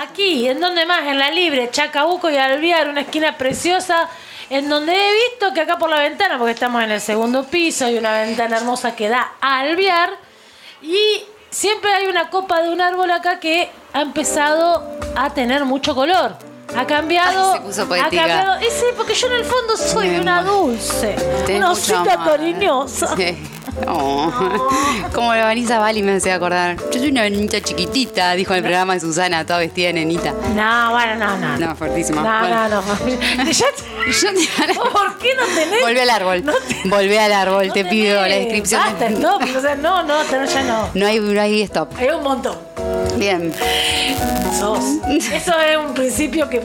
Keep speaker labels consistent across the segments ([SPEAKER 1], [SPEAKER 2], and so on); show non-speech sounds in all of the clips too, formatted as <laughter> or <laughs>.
[SPEAKER 1] Aquí, ¿en donde más? En la Libre, Chacabuco y Alviar, una esquina preciosa. En donde he visto que acá por la ventana, porque estamos en el segundo piso, hay una ventana hermosa que da a Alviar. Y siempre hay una copa de un árbol acá que ha empezado a tener mucho color. Ha cambiado.
[SPEAKER 2] Ay, se puso poética.
[SPEAKER 1] Ha cambiado. Y sí, porque yo en el fondo soy
[SPEAKER 2] Me
[SPEAKER 1] una
[SPEAKER 2] muero.
[SPEAKER 1] dulce,
[SPEAKER 2] Te
[SPEAKER 1] una
[SPEAKER 2] escucho
[SPEAKER 1] osita
[SPEAKER 2] amar.
[SPEAKER 1] cariñosa.
[SPEAKER 2] Sí. Oh. Como la Vanessa Bali me hacía acordar. Yo soy una nenita chiquitita, dijo en el programa de Susana, toda vestida de nenita.
[SPEAKER 1] No, bueno, no, no.
[SPEAKER 2] No, fuertísima.
[SPEAKER 1] No, no,
[SPEAKER 2] Bueno.
[SPEAKER 1] no. <laughs> Ya
[SPEAKER 2] Y yo te-
[SPEAKER 1] te- ¿Por qué no tenés?
[SPEAKER 2] Volvé al árbol.
[SPEAKER 1] Oh, No te-
[SPEAKER 2] Volvé al árbol,
[SPEAKER 1] no
[SPEAKER 2] te
[SPEAKER 1] tenés-
[SPEAKER 2] pido la descripción.
[SPEAKER 1] Basta,
[SPEAKER 2] de-
[SPEAKER 1] stop. O sea, no, no, te- ya no.
[SPEAKER 2] No hay, no hay stop.
[SPEAKER 1] Hay un montón.
[SPEAKER 2] Bien.
[SPEAKER 1] Sos. Eso es un principio que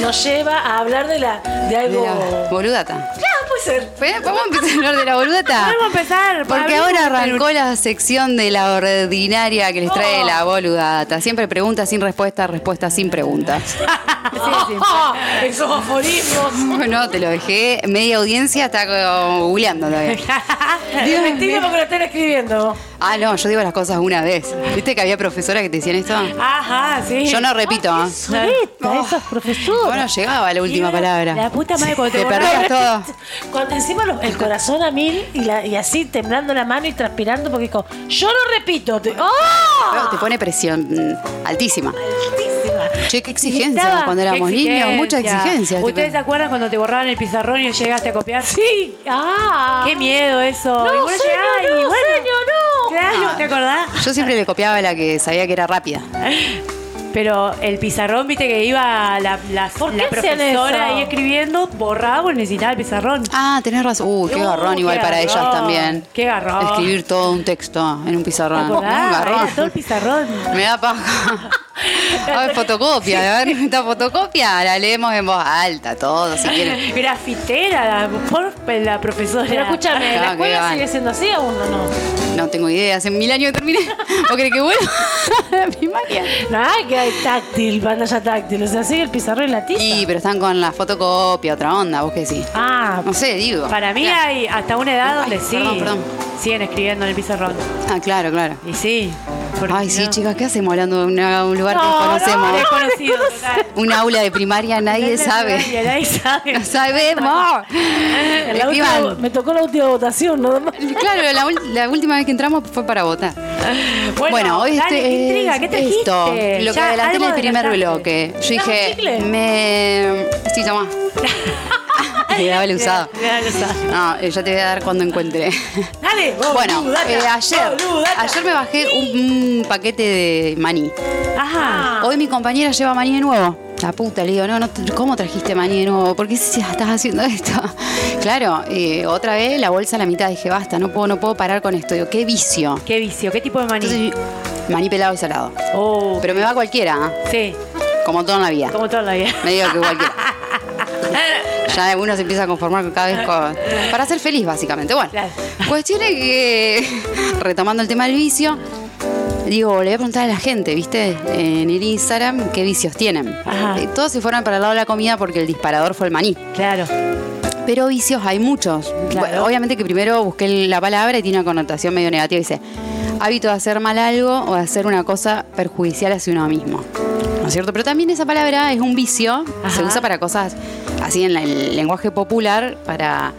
[SPEAKER 1] nos lleva a hablar de la de algo.
[SPEAKER 2] Mira, boludata.
[SPEAKER 1] Claro, puede ser.
[SPEAKER 2] Bueno, ¿Podemos empezar a hablar de la boludata?
[SPEAKER 1] Podemos empezar.
[SPEAKER 2] Porque
[SPEAKER 1] Hablemos
[SPEAKER 2] ahora
[SPEAKER 1] del-
[SPEAKER 2] arrancó la sección de la ordinaria que les trae
[SPEAKER 1] Oh.
[SPEAKER 2] la boludata. Siempre preguntas sin respuesta, respuestas sin preguntas.
[SPEAKER 1] <laughs> Esos aforismos.
[SPEAKER 2] Bueno, te lo dejé. Media audiencia está como googleando todavía.
[SPEAKER 3] <laughs>
[SPEAKER 1] Es mentira porque lo están escribiendo.
[SPEAKER 2] Ah, no, yo digo las cosas una vez. ¿Viste que había profesora que te decían esto?
[SPEAKER 1] Ajá, sí.
[SPEAKER 2] Yo no repito. ¿ah?
[SPEAKER 3] Soleta, esos profesores.
[SPEAKER 2] Bueno, llegaba la última palabra.
[SPEAKER 3] La puta madre cuando te
[SPEAKER 2] Te
[SPEAKER 3] borraron.
[SPEAKER 2] perdías todo.
[SPEAKER 1] <laughs> Cuando encima lo- el corazón a mil y, la- y así temblando la mano y transpirando porque dijo, yo lo repito. Te-
[SPEAKER 2] Luego
[SPEAKER 1] ¡Oh!
[SPEAKER 2] Te pone presión mm, altísima.
[SPEAKER 1] Altísima.
[SPEAKER 2] Che, qué exigencia
[SPEAKER 3] Estaba-
[SPEAKER 2] cuando éramos
[SPEAKER 3] qué
[SPEAKER 2] niños, mucha exigencia.
[SPEAKER 3] ¿Ustedes se acuerdan cuando te borraban el pizarrón y llegaste a copiar?
[SPEAKER 1] Sí. Ah.
[SPEAKER 3] Qué miedo eso. Y
[SPEAKER 1] No,
[SPEAKER 3] vos
[SPEAKER 1] señor,
[SPEAKER 3] llegabas y
[SPEAKER 1] no,
[SPEAKER 3] bueno,
[SPEAKER 1] señor, no. Ah.
[SPEAKER 3] Claro, ¿te acordás?
[SPEAKER 2] Yo siempre le copiaba a la que sabía que era rápida.
[SPEAKER 3] Pero el pizarrón, viste que iba la, la,
[SPEAKER 1] ¿Por
[SPEAKER 3] la
[SPEAKER 1] qué hacían eso?
[SPEAKER 3] profesora ahí escribiendo, borraba porque necesitaba el pizarrón.
[SPEAKER 2] Ah, tenés razón. Uh, qué
[SPEAKER 3] Uh,
[SPEAKER 2] garrón
[SPEAKER 3] qué
[SPEAKER 2] igual para
[SPEAKER 3] garrón.
[SPEAKER 2] ellas también.
[SPEAKER 3] Qué garrón.
[SPEAKER 2] Escribir todo un texto en un
[SPEAKER 3] ¿Te
[SPEAKER 1] Ah,
[SPEAKER 2] pizarrón. Un
[SPEAKER 3] acordás?
[SPEAKER 2] garrón.
[SPEAKER 3] Era todo el pizarrón.
[SPEAKER 2] Me da paja. A ver, fotocopia. A ver, esta fotocopia la leemos en voz alta, todo, si quieren.
[SPEAKER 3] Grafitera, la, por la profesora.
[SPEAKER 1] Pero escúchame,
[SPEAKER 2] Claro,
[SPEAKER 1] ¿la
[SPEAKER 2] qué
[SPEAKER 1] escuela
[SPEAKER 2] van.
[SPEAKER 1] sigue siendo así aún o no?
[SPEAKER 2] No tengo idea, hace mil años que terminé. ¿Vos crees que vuelvo a la primaria?
[SPEAKER 1] No, que hay táctil, pantalla táctil. O sea, sigue el pizarrón y la tiza.
[SPEAKER 2] Sí, pero están con la fotocopia, otra onda, vos qué decís.
[SPEAKER 1] Ah,
[SPEAKER 2] No sé, digo.
[SPEAKER 3] Para mí
[SPEAKER 2] Claro.
[SPEAKER 3] hay hasta una edad
[SPEAKER 2] Ay,
[SPEAKER 3] donde sí
[SPEAKER 2] perdón, perdón.
[SPEAKER 3] siguen escribiendo en el pizarrón.
[SPEAKER 2] Ah, claro, claro.
[SPEAKER 3] Y sí. porque
[SPEAKER 2] Ay, sí,
[SPEAKER 3] no-
[SPEAKER 2] chicas, ¿qué hacemos hablando de una- un lugar que desconocemos?
[SPEAKER 3] Desconocido,
[SPEAKER 2] <laughs>
[SPEAKER 3] total.
[SPEAKER 2] Un aula de primaria nadie sabe.
[SPEAKER 3] Nadie sabe.
[SPEAKER 2] <laughs> ¡No sabemos!
[SPEAKER 1] en la última-
[SPEAKER 2] Escriban.
[SPEAKER 1] me tocó la última votación, nada más.
[SPEAKER 2] Claro, la, ul- la última vez que entramos fue para votar. Bueno, hoy
[SPEAKER 3] dale,
[SPEAKER 2] este
[SPEAKER 3] qué intriga,
[SPEAKER 2] es
[SPEAKER 3] ¿qué trajiste?
[SPEAKER 2] Esto, lo que
[SPEAKER 3] Ya
[SPEAKER 2] adelanté en
[SPEAKER 3] algo
[SPEAKER 2] el primer
[SPEAKER 3] adelantaste.
[SPEAKER 2] bloque. Yo
[SPEAKER 1] ¿Trajo chicle?
[SPEAKER 2] dije, me. Sí,
[SPEAKER 3] <laughs>
[SPEAKER 2] toma. Le daba el usado.
[SPEAKER 3] Le daba el usado.
[SPEAKER 2] No, eh, ya te voy a dar cuando encuentre.
[SPEAKER 1] Dale, vos,
[SPEAKER 2] <laughs> Bueno,
[SPEAKER 1] boludata,
[SPEAKER 2] eh, ayer,
[SPEAKER 1] boludata.
[SPEAKER 2] ayer me bajé un, un paquete de maní.
[SPEAKER 3] Ajá.
[SPEAKER 2] Hoy mi compañera lleva maní de nuevo. La puta, le digo, no, no, ¿cómo trajiste maní de nuevo? ¿Por qué si estás haciendo esto? <laughs> Claro, eh, otra vez la bolsa a la mitad. Dije, basta, no puedo, no puedo parar con esto. Digo, qué vicio.
[SPEAKER 3] Qué vicio, qué tipo de maní.
[SPEAKER 2] Entonces, maní pelado y salado.
[SPEAKER 3] oh,
[SPEAKER 2] Pero me va cualquiera, ¿eh?
[SPEAKER 3] sí,
[SPEAKER 2] como todo en la vida.
[SPEAKER 3] como toda la vida.
[SPEAKER 2] Me digo que
[SPEAKER 3] <laughs>
[SPEAKER 2] cualquiera. Ya uno se empieza a conformar con cada vez con- para ser feliz, básicamente. Bueno,
[SPEAKER 3] Claro.
[SPEAKER 2] cuestión es que, <laughs> retomando el tema del vicio, digo, le voy a preguntar a la gente, ¿viste? En el Instagram, ¿qué vicios tienen?
[SPEAKER 3] Ajá.
[SPEAKER 2] Y Todos se fueron para el lado de la comida porque el disparador fue el maní.
[SPEAKER 3] Claro.
[SPEAKER 2] Pero vicios hay muchos. Bueno, obviamente que primero busqué la palabra y tiene una connotación medio negativa. Dice, hábito de hacer mal algo o de hacer una cosa perjudicial hacia uno mismo. ¿No es cierto? Pero también esa palabra es un vicio. Se
[SPEAKER 3] Ajá.
[SPEAKER 2] usa para cosas así en la- el lenguaje popular, para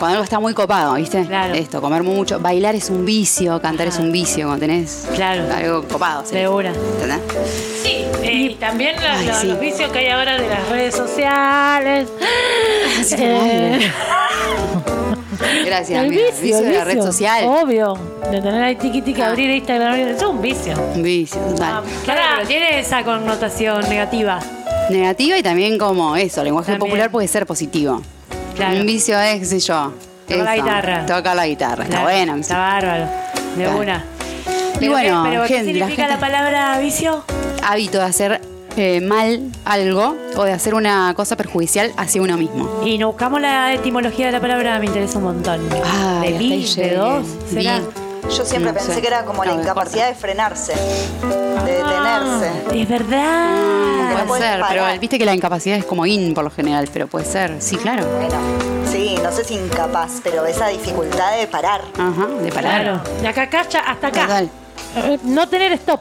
[SPEAKER 2] cuando algo está muy copado, ¿viste?
[SPEAKER 3] Claro.
[SPEAKER 2] Esto, comer mucho. Bailar es un vicio, cantar es un vicio cuando tenés
[SPEAKER 3] Claro.
[SPEAKER 2] algo copado. ¿sí?
[SPEAKER 3] Segura.
[SPEAKER 2] ¿Entendés?
[SPEAKER 1] Sí, eh, y también la-
[SPEAKER 2] Ay,
[SPEAKER 1] la-
[SPEAKER 2] sí.
[SPEAKER 1] los vicios que hay ahora de las redes sociales. Eh,
[SPEAKER 2] Gracias,
[SPEAKER 1] el
[SPEAKER 2] amiga.
[SPEAKER 1] vicio, el
[SPEAKER 2] de la red
[SPEAKER 1] vicio, Oh.
[SPEAKER 2] social.
[SPEAKER 1] Obvio. De tener ahí tiki tiki,
[SPEAKER 2] Ah.
[SPEAKER 1] abrir Instagram, abrir- eso es un vicio.
[SPEAKER 2] Un vicio, total.
[SPEAKER 3] Claro,
[SPEAKER 1] Pará.
[SPEAKER 3] pero tiene esa connotación negativa.
[SPEAKER 2] Negativa y también como eso, lenguaje
[SPEAKER 3] También.
[SPEAKER 2] popular puede ser positivo.
[SPEAKER 3] Claro.
[SPEAKER 2] Un vicio es, qué sé yo.
[SPEAKER 3] Tocar la
[SPEAKER 2] eso,
[SPEAKER 3] guitarra.
[SPEAKER 2] Tocar la guitarra, está
[SPEAKER 3] Claro,
[SPEAKER 2] bueno.
[SPEAKER 3] Está bárbaro. De
[SPEAKER 2] Claro.
[SPEAKER 3] una.
[SPEAKER 2] Y
[SPEAKER 3] Pero
[SPEAKER 2] bueno,
[SPEAKER 3] ¿qué, pero ¿qué
[SPEAKER 2] gente, la
[SPEAKER 3] significa la,
[SPEAKER 2] gente-
[SPEAKER 3] palabra vicio?
[SPEAKER 2] Hábito de hacer eh, mal algo o de hacer una cosa perjudicial hacia uno mismo.
[SPEAKER 3] Y no buscamos la etimología de la palabra, me interesa un montón.
[SPEAKER 2] Ah,
[SPEAKER 3] de mil, de dos, será.
[SPEAKER 4] Yo siempre
[SPEAKER 2] No
[SPEAKER 4] pensé
[SPEAKER 2] sé.
[SPEAKER 4] que era como
[SPEAKER 2] No,
[SPEAKER 4] la
[SPEAKER 2] no
[SPEAKER 4] incapacidad de frenarse, de
[SPEAKER 2] Ah.
[SPEAKER 4] detenerse.
[SPEAKER 3] Es verdad.
[SPEAKER 4] no
[SPEAKER 2] Puede
[SPEAKER 4] Ah, puedes
[SPEAKER 2] ser, pero
[SPEAKER 4] parar.
[SPEAKER 2] viste que la incapacidad es como in por lo general, pero puede ser, sí, claro.
[SPEAKER 4] Bueno, sí, no sé si incapaz, pero esa dificultad de parar.
[SPEAKER 2] Ajá, de palabra.
[SPEAKER 1] Claro. De acá cacha hasta acá.
[SPEAKER 2] Total.
[SPEAKER 1] Eh, No tener stop.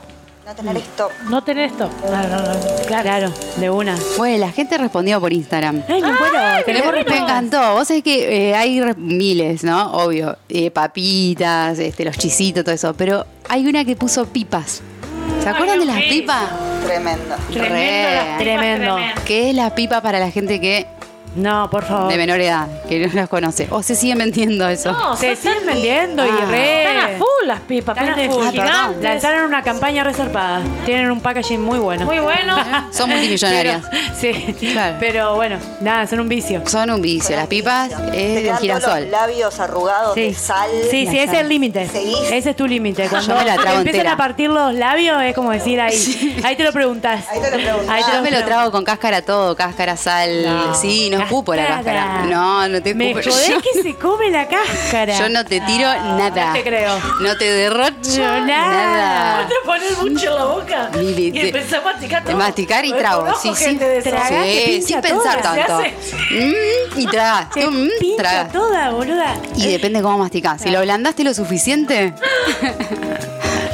[SPEAKER 4] No
[SPEAKER 2] Mm.
[SPEAKER 4] tener esto.
[SPEAKER 1] No tener esto. Claro, no, no.
[SPEAKER 3] Claro. de una.
[SPEAKER 2] Bueno, la gente respondió por Instagram.
[SPEAKER 3] Ay, me muero. Tenemos
[SPEAKER 2] Me encantó. Vos sabés que eh, hay re- miles, ¿no? Obvio. Eh, papitas, este, los chisitos, todo eso. Pero hay una que puso pipas. ¿Se
[SPEAKER 1] Ay,
[SPEAKER 2] acuerdan de las
[SPEAKER 1] qué
[SPEAKER 2] pipas?
[SPEAKER 4] Tremendo.
[SPEAKER 1] Tremendo.
[SPEAKER 2] Re.
[SPEAKER 1] las pipas,
[SPEAKER 3] Tremendo.
[SPEAKER 2] ¿Qué es la pipa para la gente que
[SPEAKER 3] No, por favor.
[SPEAKER 2] de menor edad, que no las conoce? ¿O se sigue mintiendo eso?
[SPEAKER 1] No,
[SPEAKER 3] Se
[SPEAKER 1] se
[SPEAKER 3] siguen vendiendo y
[SPEAKER 2] Ah.
[SPEAKER 3] re.
[SPEAKER 1] Están a full las pipas,
[SPEAKER 3] Están a
[SPEAKER 1] venden
[SPEAKER 3] full. Ah,
[SPEAKER 1] gigantes.
[SPEAKER 3] Lanzaron una campaña reservada. Tienen un packaging muy bueno.
[SPEAKER 1] Muy
[SPEAKER 3] <laughs>
[SPEAKER 1] bueno.
[SPEAKER 2] Son multimillonarias.
[SPEAKER 3] Pero- <laughs> sí.
[SPEAKER 2] Claro.
[SPEAKER 3] Pero bueno, nada, son un vicio.
[SPEAKER 2] Son un vicio. Las pipas
[SPEAKER 4] Te
[SPEAKER 2] es de
[SPEAKER 4] quedan todos los
[SPEAKER 2] girasol.
[SPEAKER 4] labios arrugados
[SPEAKER 3] Sí.
[SPEAKER 4] de sal.
[SPEAKER 3] Sí, sí,
[SPEAKER 2] La
[SPEAKER 3] ese es
[SPEAKER 2] sal.
[SPEAKER 3] el límite.
[SPEAKER 4] Seguís.
[SPEAKER 3] Ese es tu límite. Cuando
[SPEAKER 2] Ah, me la trago
[SPEAKER 3] empiezan
[SPEAKER 2] entera.
[SPEAKER 3] a partir los labios, es como decir ahí. Ahí te lo preguntás.
[SPEAKER 4] Ahí te lo preguntás.
[SPEAKER 3] Ahí te
[SPEAKER 2] Yo me lo trago con cáscara todo, cáscara, sal.
[SPEAKER 3] No.
[SPEAKER 2] Sí, no escupo la cáscara. No, no te
[SPEAKER 3] Me
[SPEAKER 2] escupo.
[SPEAKER 3] jodés
[SPEAKER 2] Yo-
[SPEAKER 3] que se come la cáscara.
[SPEAKER 2] <laughs> Yo no te tiro nada.
[SPEAKER 3] no te creo.
[SPEAKER 2] No te derrocho
[SPEAKER 3] Yo
[SPEAKER 2] nada.
[SPEAKER 3] nada.
[SPEAKER 1] Te pones mucho en la boca
[SPEAKER 2] Ni de-
[SPEAKER 1] y
[SPEAKER 2] de-
[SPEAKER 1] empezás a masticar todo.
[SPEAKER 2] Masticar y trago.
[SPEAKER 1] Conozco
[SPEAKER 2] Sí, sí.
[SPEAKER 1] gente de esas.
[SPEAKER 3] Tragar. Tragá que
[SPEAKER 2] Sí,
[SPEAKER 3] pincha
[SPEAKER 2] sin pensar
[SPEAKER 3] toda.
[SPEAKER 1] Se
[SPEAKER 2] tanto.
[SPEAKER 1] hace-
[SPEAKER 2] Mm, y
[SPEAKER 3] <laughs>
[SPEAKER 2] tragas.
[SPEAKER 3] Te
[SPEAKER 2] Tú, mm,
[SPEAKER 3] pincha
[SPEAKER 2] tragas.
[SPEAKER 3] toda, boluda.
[SPEAKER 2] Y depende cómo masticás. Si lo ablandaste lo
[SPEAKER 3] <laughs>
[SPEAKER 2] suficiente,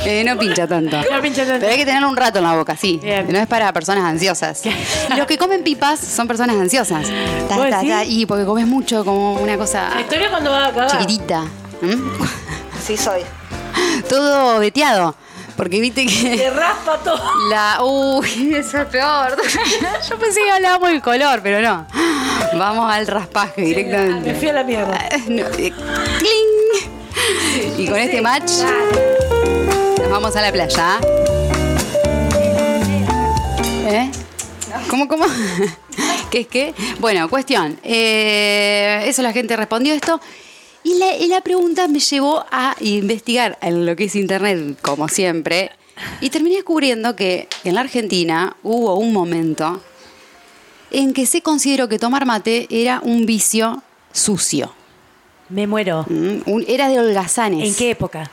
[SPEAKER 2] eh, no pincha tanto.
[SPEAKER 3] No pincha tanto.
[SPEAKER 2] Pero hay que tenerlo un rato en la boca, sí.
[SPEAKER 3] Bien.
[SPEAKER 2] No es para personas ansiosas. Los que comen pipas son personas ansiosas. Ta,
[SPEAKER 3] ¿Vos
[SPEAKER 2] ta, ta,
[SPEAKER 3] decís?
[SPEAKER 2] y porque comes mucho, como una cosa
[SPEAKER 1] La historia cuando va a acabar.
[SPEAKER 2] chiquitita. ¿Mm?
[SPEAKER 4] Sí, soy.
[SPEAKER 2] <laughs> Todo veteado. Porque viste que.
[SPEAKER 1] Te raspa todo.
[SPEAKER 2] La. Uy, <laughs> eso es peor. Yo pensé que hablábamos del color, pero no. Vamos al raspaje
[SPEAKER 1] Me
[SPEAKER 2] directamente.
[SPEAKER 1] fui a la mierda.
[SPEAKER 2] Ah, <laughs> no, eh, ¡cling! Y con este match nos vamos a la playa. ¿ah? ¿Eh? ¿Cómo, cómo? <laughs> ¿Qué es qué? Bueno, cuestión. Eh, eso la gente respondió esto. Y la, y la pregunta me llevó a investigar en lo que es internet, como siempre. Y terminé descubriendo que en la Argentina hubo un momento en que se consideró que tomar mate era un vicio sucio.
[SPEAKER 3] Me muero.
[SPEAKER 2] Mm, un- era de holgazanes.
[SPEAKER 3] ¿En qué época?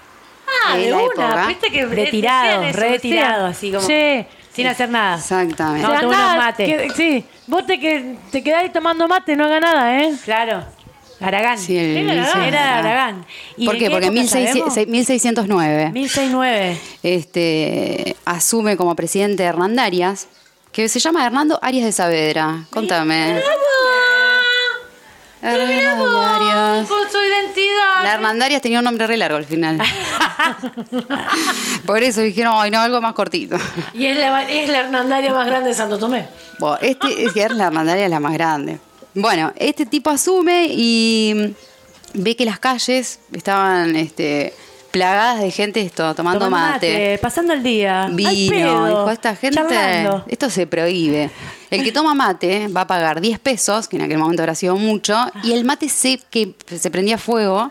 [SPEAKER 1] Ah,
[SPEAKER 2] de
[SPEAKER 1] de
[SPEAKER 2] la
[SPEAKER 1] una,
[SPEAKER 2] época.
[SPEAKER 1] viste que decían
[SPEAKER 3] Retirado,
[SPEAKER 1] eso,
[SPEAKER 3] retirado,
[SPEAKER 1] decían.
[SPEAKER 3] así como.
[SPEAKER 1] Sí.
[SPEAKER 3] Sin hacer nada.
[SPEAKER 2] Exactamente.
[SPEAKER 3] No,
[SPEAKER 1] Te
[SPEAKER 3] toma unos
[SPEAKER 1] andás,
[SPEAKER 3] mates.
[SPEAKER 1] que- sí, vos te, que, te quedás ahí tomando mate, no haga nada, ¿eh?
[SPEAKER 3] Claro. Aragán.
[SPEAKER 2] Sí, el
[SPEAKER 1] Era Aragán.
[SPEAKER 2] vicio.
[SPEAKER 3] Era de Aragán. ¿Y
[SPEAKER 2] ¿Por
[SPEAKER 3] de
[SPEAKER 2] qué? Porque en
[SPEAKER 3] época
[SPEAKER 2] 1600
[SPEAKER 3] sabemos?
[SPEAKER 2] se- 1609
[SPEAKER 3] 1609.
[SPEAKER 2] este, asume como presidente Hernán Arias, que se llama Hernando Arias de Saavedra. Contame.
[SPEAKER 3] Ah.
[SPEAKER 2] Hernando Arias.
[SPEAKER 1] Con su identidad.
[SPEAKER 2] La Hernandarias tenía un nombre re largo al
[SPEAKER 3] <laughs>
[SPEAKER 2] final. Por eso dijeron, ay, no, algo más cortito.
[SPEAKER 1] Y es la, es la hernandaria más grande de Santo Tomé.
[SPEAKER 2] Bueno, este es que es la Hernandarias la más grande. Bueno, este tipo asume y ve que las calles estaban este, plagadas de gente esto, tomando,
[SPEAKER 3] Tomando
[SPEAKER 2] mate.
[SPEAKER 3] Pasando el día. al
[SPEAKER 2] Vino,
[SPEAKER 3] pedo,
[SPEAKER 2] dijo esta gente.
[SPEAKER 3] charlando.
[SPEAKER 2] Esto se prohíbe. El que toma mate va a pagar 10 pesos, que en aquel momento habrá sido mucho, y el mate se, que se prendía fuego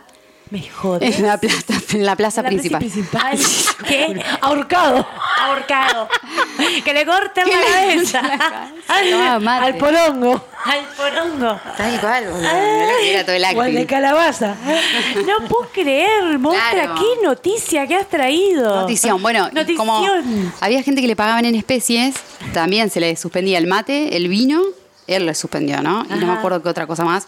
[SPEAKER 3] Me jode.
[SPEAKER 2] en la plaza, en la plaza
[SPEAKER 3] La plaza
[SPEAKER 2] principal. <laughs>
[SPEAKER 3] principal. ¿Qué?
[SPEAKER 1] Ahorcado.
[SPEAKER 3] Ahorcado. <laughs> que le corten la cabeza.
[SPEAKER 2] Tomaba mate.
[SPEAKER 1] Al polongo.
[SPEAKER 3] Al porongo.
[SPEAKER 2] Tal cual, boludo. Mirá lo que era todo el
[SPEAKER 1] O al de
[SPEAKER 2] acting.
[SPEAKER 1] calabaza.
[SPEAKER 3] No puedo creer, Mostra,
[SPEAKER 2] Claro.
[SPEAKER 3] qué noticia que has traído.
[SPEAKER 2] Notición. Bueno, y
[SPEAKER 3] Notición.
[SPEAKER 2] como había gente que le pagaban en especies, también se le suspendía el mate, el vino, él lo suspendió, ¿no? Y no me
[SPEAKER 3] Ajá.
[SPEAKER 2] acuerdo qué otra cosa más,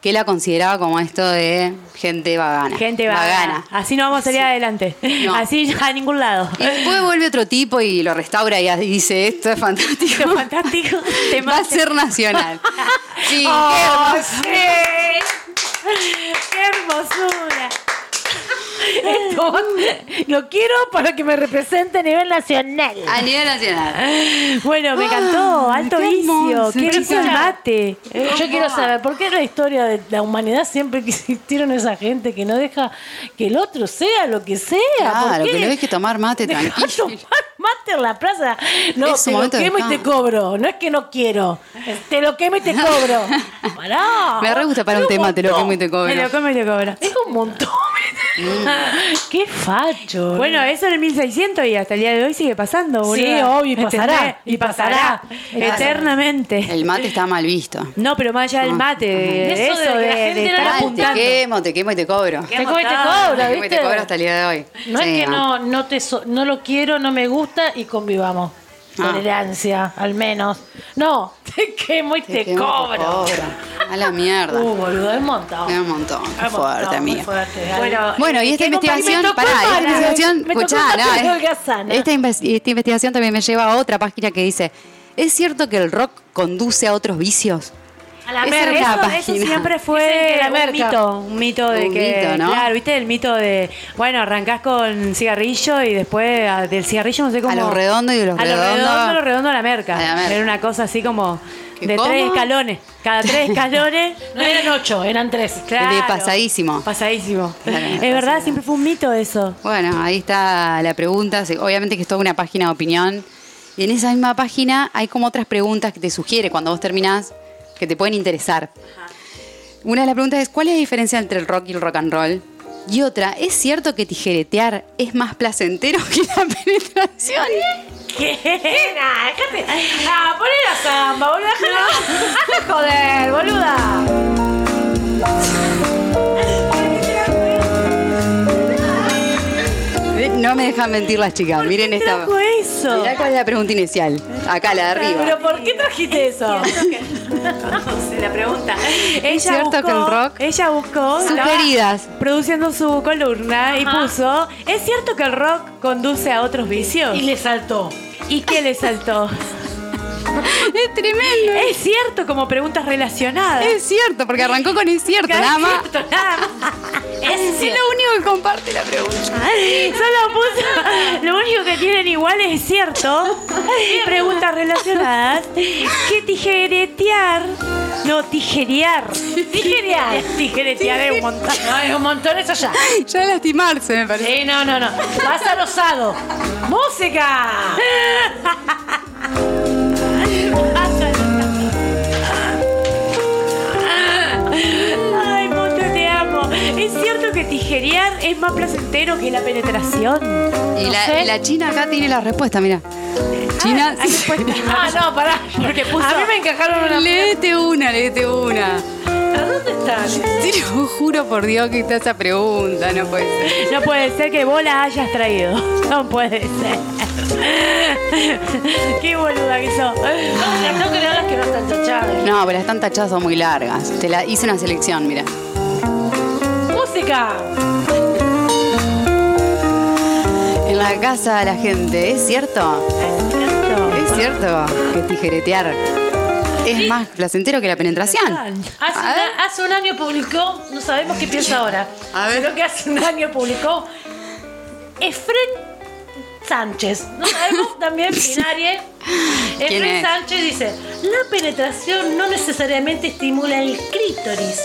[SPEAKER 2] que la consideraba como esto de gente vagana.
[SPEAKER 3] Gente va Así no vamos a salir adelante.
[SPEAKER 2] No.
[SPEAKER 3] Así a ningún lado.
[SPEAKER 2] Y después vuelve otro tipo y lo restaura y dice, esto es fantástico.
[SPEAKER 3] Qué fantástico.
[SPEAKER 2] <laughs>
[SPEAKER 3] Te
[SPEAKER 2] Va a
[SPEAKER 3] mate.
[SPEAKER 2] ser nacional. Sí, qué
[SPEAKER 3] Oh,
[SPEAKER 2] hermoso.
[SPEAKER 3] sí.
[SPEAKER 1] <laughs>
[SPEAKER 3] ¡Qué hermosura!
[SPEAKER 1] Esto, lo quiero para que me represente a nivel nacional.
[SPEAKER 2] A nivel nacional.
[SPEAKER 3] Bueno, me encantó.
[SPEAKER 2] Ah,
[SPEAKER 3] Alto
[SPEAKER 2] qué
[SPEAKER 3] vicio.
[SPEAKER 2] hermoso,
[SPEAKER 3] Qué vicio
[SPEAKER 2] chica.
[SPEAKER 3] el mate.
[SPEAKER 1] Eh, Yo quiero saber, ¿por qué en la historia de la humanidad siempre que existieron esa gente que no deja que el otro sea lo que sea?
[SPEAKER 2] Claro,
[SPEAKER 1] ¿Por qué?
[SPEAKER 2] que le ves que tomar mate
[SPEAKER 1] Dejá
[SPEAKER 2] tranquilo.
[SPEAKER 1] tomar mate en la plaza. No,
[SPEAKER 2] Es
[SPEAKER 1] te
[SPEAKER 2] un
[SPEAKER 1] lo
[SPEAKER 2] momento de
[SPEAKER 1] quemo y te
[SPEAKER 2] descanso.
[SPEAKER 1] cobro. No es que no quiero. es Te lo quemo y te cobro. Pará.
[SPEAKER 2] Me re gusta para un
[SPEAKER 1] Es
[SPEAKER 2] tema, te lo
[SPEAKER 1] montón.
[SPEAKER 2] como y te
[SPEAKER 3] Ah. Me
[SPEAKER 2] cobro.
[SPEAKER 3] lo como y te cobro.
[SPEAKER 1] Es un montón.
[SPEAKER 2] Mm.
[SPEAKER 1] Qué facho.
[SPEAKER 3] Bueno, eso en el 1600 y hasta el día de hoy sigue pasando, boludo.
[SPEAKER 1] Sí, obvio, y pasará,
[SPEAKER 3] Y pasará. Eternamente.
[SPEAKER 2] El mate está mal visto.
[SPEAKER 3] No, pero más
[SPEAKER 1] Mm.
[SPEAKER 3] allá del mate, de
[SPEAKER 1] Eso
[SPEAKER 3] eso,
[SPEAKER 1] de que la
[SPEAKER 3] de, de
[SPEAKER 1] gente
[SPEAKER 3] estar
[SPEAKER 1] no-
[SPEAKER 2] Ay, te
[SPEAKER 3] apuntando.
[SPEAKER 2] quemo, te quemo y te cobro.
[SPEAKER 1] te como y te
[SPEAKER 3] montón.
[SPEAKER 1] cobro,
[SPEAKER 2] Te quemo y
[SPEAKER 1] ¿viste?
[SPEAKER 2] te cobro hasta el día de hoy.
[SPEAKER 1] No
[SPEAKER 2] Sí,
[SPEAKER 1] es que no, no, te so- no lo quiero, no me gusta y convivamos.
[SPEAKER 2] Ah.
[SPEAKER 1] Tolerancia, al menos. No, <laughs> te quemo y te,
[SPEAKER 2] quemo y te
[SPEAKER 1] cobro.
[SPEAKER 2] cobro. A la mierda.
[SPEAKER 1] Uh, boludo, es un montón.
[SPEAKER 2] Es un montón, qué
[SPEAKER 1] Es un montón,
[SPEAKER 2] fuerte,
[SPEAKER 1] muy
[SPEAKER 2] amiga.
[SPEAKER 1] fuerte, dale.
[SPEAKER 3] Bueno,
[SPEAKER 2] Bueno, y esta
[SPEAKER 1] que compa-
[SPEAKER 2] investigación,
[SPEAKER 1] me tocó
[SPEAKER 2] pará, esta
[SPEAKER 1] para,
[SPEAKER 2] investigación,
[SPEAKER 1] me tocó
[SPEAKER 2] escuchá,
[SPEAKER 1] para
[SPEAKER 2] no,
[SPEAKER 1] Pedro
[SPEAKER 2] es-
[SPEAKER 1] Algazana.
[SPEAKER 2] esta, inves- esta investigación también me lleva a otra página que dice, ¿es cierto que el rock conduce a otros vicios?
[SPEAKER 1] A la
[SPEAKER 2] esa
[SPEAKER 1] merca.
[SPEAKER 2] es la
[SPEAKER 3] eso,
[SPEAKER 2] página.
[SPEAKER 3] eso siempre
[SPEAKER 1] Dicen
[SPEAKER 3] fue
[SPEAKER 1] que la
[SPEAKER 3] un
[SPEAKER 1] merca.
[SPEAKER 3] mito, un mito de
[SPEAKER 2] Un
[SPEAKER 3] que,
[SPEAKER 2] mito, ¿no?
[SPEAKER 3] claro, viste el mito de, bueno, arrancás con cigarrillo y después ah, del cigarrillo no sé cómo.
[SPEAKER 2] A lo redondo y de los
[SPEAKER 3] a lo
[SPEAKER 2] redondos-
[SPEAKER 3] redondo, a lo redondo a la merca.
[SPEAKER 2] a la merca.
[SPEAKER 3] Era una cosa así como
[SPEAKER 2] ¿Que
[SPEAKER 3] de
[SPEAKER 2] cómo?
[SPEAKER 3] tres escalones,
[SPEAKER 2] <laughs>
[SPEAKER 3] cada tres escalones.
[SPEAKER 1] No eran ocho, eran tres.
[SPEAKER 3] Claro.
[SPEAKER 2] De pasadísimo.
[SPEAKER 3] Pasadísimo.
[SPEAKER 2] Claro,
[SPEAKER 3] es
[SPEAKER 2] pasadísimo.
[SPEAKER 3] verdad, siempre fue un mito eso.
[SPEAKER 2] Bueno, ahí está la pregunta. Sí, Obviamente que es toda una página de opinión. Y en esa misma página hay como otras preguntas que te sugiere cuando vos terminás que te pueden interesar. Una de las preguntas es, ¿cuál es la diferencia entre el rock y el rock and roll? Y otra, ¿es cierto que tijeretear es más placentero que la penetración?
[SPEAKER 1] ¿Qué? Nah, déjate. Ah, poné la samba, boludo. Déjala. Joder, boluda.
[SPEAKER 2] Eh, No me dejan mentir las chicas. Miren
[SPEAKER 3] ¿Qué
[SPEAKER 2] esta...
[SPEAKER 3] trajo eso?
[SPEAKER 2] Mirá cuál es la pregunta inicial. Acá, la de
[SPEAKER 1] ¿Pero
[SPEAKER 2] arriba.
[SPEAKER 1] por qué trajiste eso? <laughs>
[SPEAKER 3] la pregunta. Ella
[SPEAKER 2] cierto
[SPEAKER 3] buscó,
[SPEAKER 2] que el rock
[SPEAKER 3] Ella buscó. estaba
[SPEAKER 2] Sugeridas.
[SPEAKER 3] Produciendo su columna y puso. ¿Es cierto que el rock conduce a otros vicios?
[SPEAKER 1] Y
[SPEAKER 3] ¿Y,
[SPEAKER 1] le saltó.
[SPEAKER 3] qué le saltó?
[SPEAKER 2] Es tremendo.
[SPEAKER 3] es cierto como preguntas relacionadas.
[SPEAKER 2] Es cierto, porque arrancó con es cierto,
[SPEAKER 3] Cada
[SPEAKER 2] nada más.
[SPEAKER 3] cierto, nada más.
[SPEAKER 2] Es lo único que comparte la pregunta.
[SPEAKER 3] Solo puso. Lo único que tienen igual es cierto. Preguntas relacionadas. Que tijeretear. No, tijerear. Tijerear. Tijeretear es un montón.
[SPEAKER 1] No, es un montón eso ya.
[SPEAKER 2] Ya lastimarse, me parece.
[SPEAKER 1] Sí, no, no, no. Vas al osado. ¡Música!
[SPEAKER 3] Ay, Monte, te amo. Es cierto que tijerear es más placentero que la penetración.
[SPEAKER 2] Y la,
[SPEAKER 1] sé.
[SPEAKER 2] y la China acá tiene la respuesta, mira. China,
[SPEAKER 3] Hay respuesta. <laughs>
[SPEAKER 1] Ah, no, pará. Porque puso. A mí me encajaron una.
[SPEAKER 2] leete una, leete una.
[SPEAKER 1] ¿A dónde están?
[SPEAKER 2] Te lo juro por Dios que está esa pregunta, no puede ser.
[SPEAKER 3] No puede ser que vos la hayas traído. No puede ser. Qué boluda que sos.
[SPEAKER 1] No, no creas que no están chachadas.
[SPEAKER 2] No, pero están tachadas son muy largas. Te la hice una selección, mira.
[SPEAKER 1] ¡Música!
[SPEAKER 2] En la casa de la gente, ¿es cierto? ¿Es cierto que tijeretear es más placentero que la penetración?
[SPEAKER 1] Hace,
[SPEAKER 2] A ver.
[SPEAKER 1] una- hace un año publicó, no sabemos qué piensa ahora.
[SPEAKER 2] A ver.
[SPEAKER 1] Creo que hace un año publicó Efren Sánchez. No
[SPEAKER 2] <laughs>
[SPEAKER 1] sabemos también binarie.
[SPEAKER 2] ¿Quién
[SPEAKER 1] Efren
[SPEAKER 2] es?
[SPEAKER 1] Sánchez dice: La penetración no necesariamente estimula el clítoris.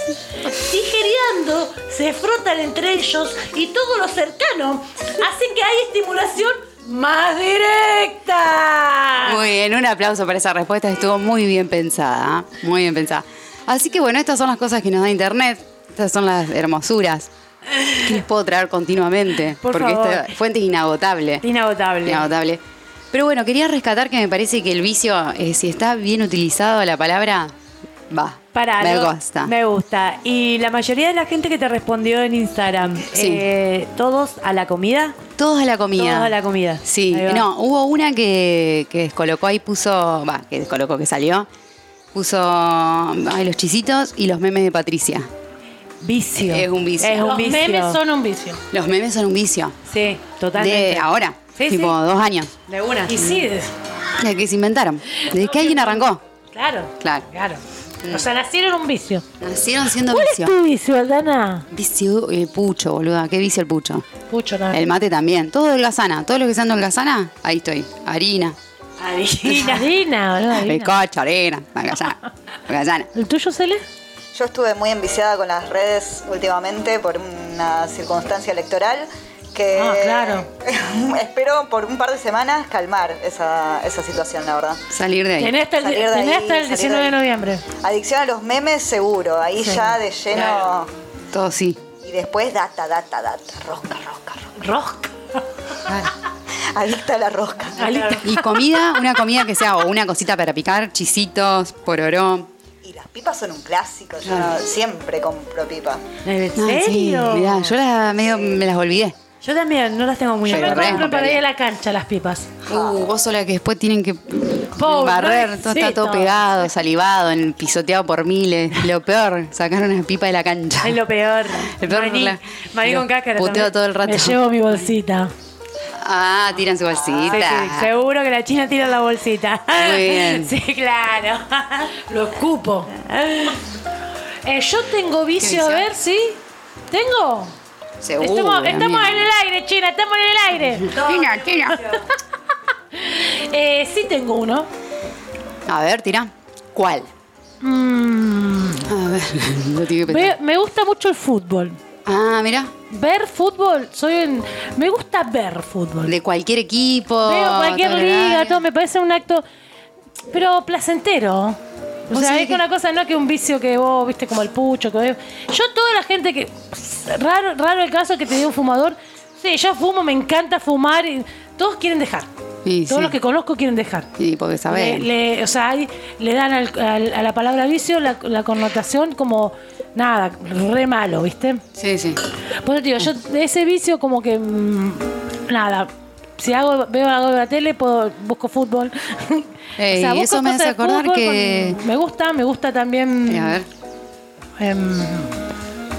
[SPEAKER 1] Tijereando se frotan entre ellos y todo lo cercano. Así que hay estimulación más directa.
[SPEAKER 2] Muy bien, un aplauso para esa respuesta, estuvo muy bien pensada, ¿ah? muy bien pensada. Así que bueno, estas son las cosas que nos da Internet, estas son las hermosuras que les puedo traer continuamente,
[SPEAKER 3] Por
[SPEAKER 2] porque
[SPEAKER 3] favor.
[SPEAKER 2] esta fuente es inagotable.
[SPEAKER 3] Inagotable.
[SPEAKER 2] Inagotable. Pero bueno, quería rescatar que me parece que el vicio, eh, si está bien utilizado la palabra, va.
[SPEAKER 3] Para
[SPEAKER 2] me
[SPEAKER 3] lo-
[SPEAKER 2] gusta.
[SPEAKER 3] Me gusta. Y la mayoría de la gente que te respondió en Instagram,
[SPEAKER 2] Sí.
[SPEAKER 3] eh, todos a la comida.
[SPEAKER 2] Todos a la comida.
[SPEAKER 3] Todos a la comida.
[SPEAKER 2] Sí,
[SPEAKER 3] Ahí va.
[SPEAKER 2] no, hubo una que, que descolocó ahí, puso, va, que descolocó, que salió, puso ay, los chisitos y los memes de Patricia.
[SPEAKER 3] Vicio.
[SPEAKER 2] Es un vicio.
[SPEAKER 3] Es un
[SPEAKER 1] Los
[SPEAKER 3] vicio.
[SPEAKER 1] memes son un vicio.
[SPEAKER 2] Los memes son un vicio.
[SPEAKER 3] Sí, totalmente.
[SPEAKER 2] De ahora,
[SPEAKER 3] Sí,
[SPEAKER 2] tipo
[SPEAKER 3] sí.
[SPEAKER 2] dos años,
[SPEAKER 3] De una.
[SPEAKER 1] Y sí, es-
[SPEAKER 2] de que se inventaron, desde que alguien arrancó.
[SPEAKER 1] Claro.
[SPEAKER 2] Claro.
[SPEAKER 1] Claro. O sea, nacieron un vicio.
[SPEAKER 2] Nacieron siendo
[SPEAKER 1] ¿Cuál
[SPEAKER 2] vicio.
[SPEAKER 1] es tu vicio, Aldana?
[SPEAKER 2] Vicio el pucho, boluda, qué vicio el pucho.
[SPEAKER 1] Pucho, <laughs> no.
[SPEAKER 3] Ah.
[SPEAKER 2] El mate también, todo holgazana, todo lo que sea holgazana, ahí estoy, harina,
[SPEAKER 1] Harina. Harina, boludo, harina.
[SPEAKER 2] bizcocho, harina, holgazana, holgazana.
[SPEAKER 1] ¿El tuyo, Cele?
[SPEAKER 4] Yo estuve muy enviciada con las redes últimamente por una circunstancia electoral que
[SPEAKER 1] Ah, claro.
[SPEAKER 4] <laughs> espero por un par de semanas calmar esa, esa situación, la verdad.
[SPEAKER 2] Salir de ahí.
[SPEAKER 1] Tenés hasta el,
[SPEAKER 4] Salir de
[SPEAKER 1] tenés
[SPEAKER 4] ahí,
[SPEAKER 1] hasta el
[SPEAKER 4] salir
[SPEAKER 1] 19 de
[SPEAKER 4] de ahí.
[SPEAKER 1] noviembre.
[SPEAKER 4] Adicción a los memes seguro, ahí
[SPEAKER 1] Sí,
[SPEAKER 4] ya de lleno
[SPEAKER 2] claro. Todo sí.
[SPEAKER 4] y después data, data, data, rosca, rosca, rosca.
[SPEAKER 1] Rosca.
[SPEAKER 4] Adicta a la rosca.
[SPEAKER 1] Alita.
[SPEAKER 2] Y comida, una comida que sea o una cosita para picar, chisitos, pororó.
[SPEAKER 4] Y las pipas son un clásico, yo no- siempre compro pipa.
[SPEAKER 3] ¿En
[SPEAKER 2] No, sí,
[SPEAKER 3] serio?
[SPEAKER 2] mirá, yo la- medio me las olvidé.
[SPEAKER 3] Yo también, no las tengo muy
[SPEAKER 2] Yo
[SPEAKER 1] Yo me
[SPEAKER 2] Pero re
[SPEAKER 1] compro para
[SPEAKER 2] compraría.
[SPEAKER 1] ir a la cancha las pipas.
[SPEAKER 2] Uh, vos sola que después tienen que
[SPEAKER 1] Ah. Pobre,
[SPEAKER 2] barrer, todo está todo
[SPEAKER 1] pobrecito.
[SPEAKER 2] pegado, salivado, en- pisoteado por miles. Lo peor, sacar una pipa de la cancha.
[SPEAKER 3] Es lo peor.
[SPEAKER 2] El peor
[SPEAKER 3] maní,
[SPEAKER 2] la-
[SPEAKER 3] maní
[SPEAKER 2] lo
[SPEAKER 3] con cáscara.
[SPEAKER 2] Puteo
[SPEAKER 3] también.
[SPEAKER 2] todo el rato.
[SPEAKER 1] Me llevo mi bolsita.
[SPEAKER 2] Ah, tiran su bolsita.
[SPEAKER 3] Sí, sí, seguro que la China tira la
[SPEAKER 1] <laughs>
[SPEAKER 3] bolsita.
[SPEAKER 2] Muy bien.
[SPEAKER 3] Sí, claro.
[SPEAKER 1] Lo escupo. Eh, yo tengo vicio,
[SPEAKER 2] vicio?
[SPEAKER 1] a ver, ¿sí? ¿Tengo?
[SPEAKER 2] Seguro,
[SPEAKER 1] estamos estamos
[SPEAKER 2] amiga.
[SPEAKER 1] en el aire, China, estamos en el aire.
[SPEAKER 2] Tira, tira.
[SPEAKER 1] Eh, sí tengo uno.
[SPEAKER 2] A ver, tira. ¿Cuál?
[SPEAKER 1] Mm.
[SPEAKER 2] A ver, <laughs> lo tiene que
[SPEAKER 1] Me,
[SPEAKER 2] pensar.
[SPEAKER 1] me gusta mucho el fútbol.
[SPEAKER 2] Ah, mira.
[SPEAKER 1] Ver fútbol, soy un- Me gusta ver fútbol.
[SPEAKER 2] De cualquier equipo.
[SPEAKER 1] Veo cualquier
[SPEAKER 2] todo el
[SPEAKER 1] liga,
[SPEAKER 2] horario.
[SPEAKER 1] todo, me parece un acto, pero placentero. O
[SPEAKER 2] Vos
[SPEAKER 1] sea,
[SPEAKER 2] sabés
[SPEAKER 1] es
[SPEAKER 2] que-
[SPEAKER 1] una cosa, no que un vicio que vos, viste, como el pucho. Que... Yo, toda la gente que. Raro, raro el caso que te dio un fumador. Sí, yo fumo, me encanta fumar. y Todos quieren dejar.
[SPEAKER 2] Y
[SPEAKER 1] Todos
[SPEAKER 2] sí.
[SPEAKER 1] los que conozco quieren dejar.
[SPEAKER 2] Sí, porque
[SPEAKER 1] Le,
[SPEAKER 2] sabés.
[SPEAKER 1] le- o sea, ahí le dan al- al- a la palabra vicio la, la connotación como nada, re malo, ¿viste?
[SPEAKER 2] Sí, sí.
[SPEAKER 1] Por eso te digo, yo de ese vicio como que mm,
[SPEAKER 2] <laughs>
[SPEAKER 1] nada. Si hago, veo algo de la tele, puedo, busco fútbol.
[SPEAKER 2] Ey, eso me
[SPEAKER 1] cosas
[SPEAKER 2] hace
[SPEAKER 1] de
[SPEAKER 2] acordar
[SPEAKER 1] fútbol
[SPEAKER 2] que-
[SPEAKER 1] con- me gusta, me gusta también.
[SPEAKER 2] Eh, a ver,
[SPEAKER 1] em,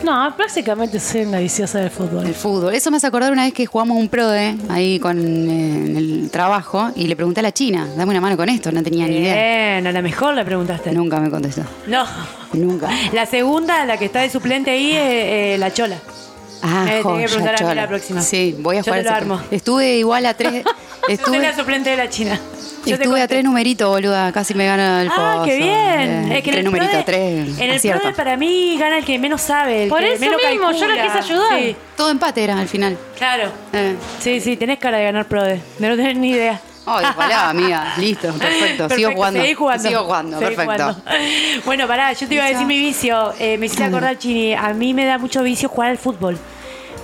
[SPEAKER 1] no, prácticamente soy una viciosa del
[SPEAKER 2] el
[SPEAKER 1] fútbol.
[SPEAKER 2] fútbol. Eso me hace acordar una vez que jugamos un PRODE ahí con, eh, en el trabajo y le pregunté a la China, dame una mano con esto, no tenía ni idea.
[SPEAKER 3] Bien, a lo mejor le preguntaste. No.
[SPEAKER 2] Nunca me contestó. Nunca.
[SPEAKER 3] La segunda, la que está de suplente ahí, es eh, la Chola.
[SPEAKER 2] Ah,
[SPEAKER 3] Eh, tenés que
[SPEAKER 2] joya,
[SPEAKER 3] preguntar a mí
[SPEAKER 2] chola.
[SPEAKER 3] la próxima.
[SPEAKER 2] Sí, voy a
[SPEAKER 3] Yo
[SPEAKER 2] jugar
[SPEAKER 3] te lo
[SPEAKER 2] ese
[SPEAKER 3] armo.
[SPEAKER 2] partido. Estuve igual a
[SPEAKER 3] <laughs>
[SPEAKER 2] tres.
[SPEAKER 3] Yo soy
[SPEAKER 2] Estuve,
[SPEAKER 3] la suplente de la China. Yo te
[SPEAKER 2] estuve a
[SPEAKER 3] conté.
[SPEAKER 2] tres numeritos, boluda. Casi me gana el
[SPEAKER 3] Ah,
[SPEAKER 2] pozo.
[SPEAKER 3] qué bien.
[SPEAKER 2] Eh,
[SPEAKER 3] Es que en
[SPEAKER 2] tres
[SPEAKER 3] el
[SPEAKER 2] numeritos,
[SPEAKER 3] Prode-
[SPEAKER 2] tres.
[SPEAKER 3] En el
[SPEAKER 2] acierto.
[SPEAKER 3] PRODE para mí gana el que menos sabe. el
[SPEAKER 1] Por
[SPEAKER 3] que
[SPEAKER 1] eso
[SPEAKER 3] menos
[SPEAKER 1] mismo, yo la
[SPEAKER 3] calcula.
[SPEAKER 1] quise ayudar.
[SPEAKER 3] Sí,
[SPEAKER 2] Todo empate era al final.
[SPEAKER 3] claro.
[SPEAKER 2] Eh.
[SPEAKER 3] Sí, sí, tenés cara de ganar PRODE. De no tener ni idea.
[SPEAKER 2] Ay, <laughs> ojalá, amiga. Listo,
[SPEAKER 3] <laughs>
[SPEAKER 2] perfecto. Sigo jugando.
[SPEAKER 3] seguí jugando.
[SPEAKER 2] Sigo jugando,
[SPEAKER 3] Seguí
[SPEAKER 2] perfecto.
[SPEAKER 3] jugando. <laughs> Bueno, pará, yo te iba a decir mi vicio. Eh, me hiciste acordar, Chini. A mí me da mucho vicio jugar al fútbol.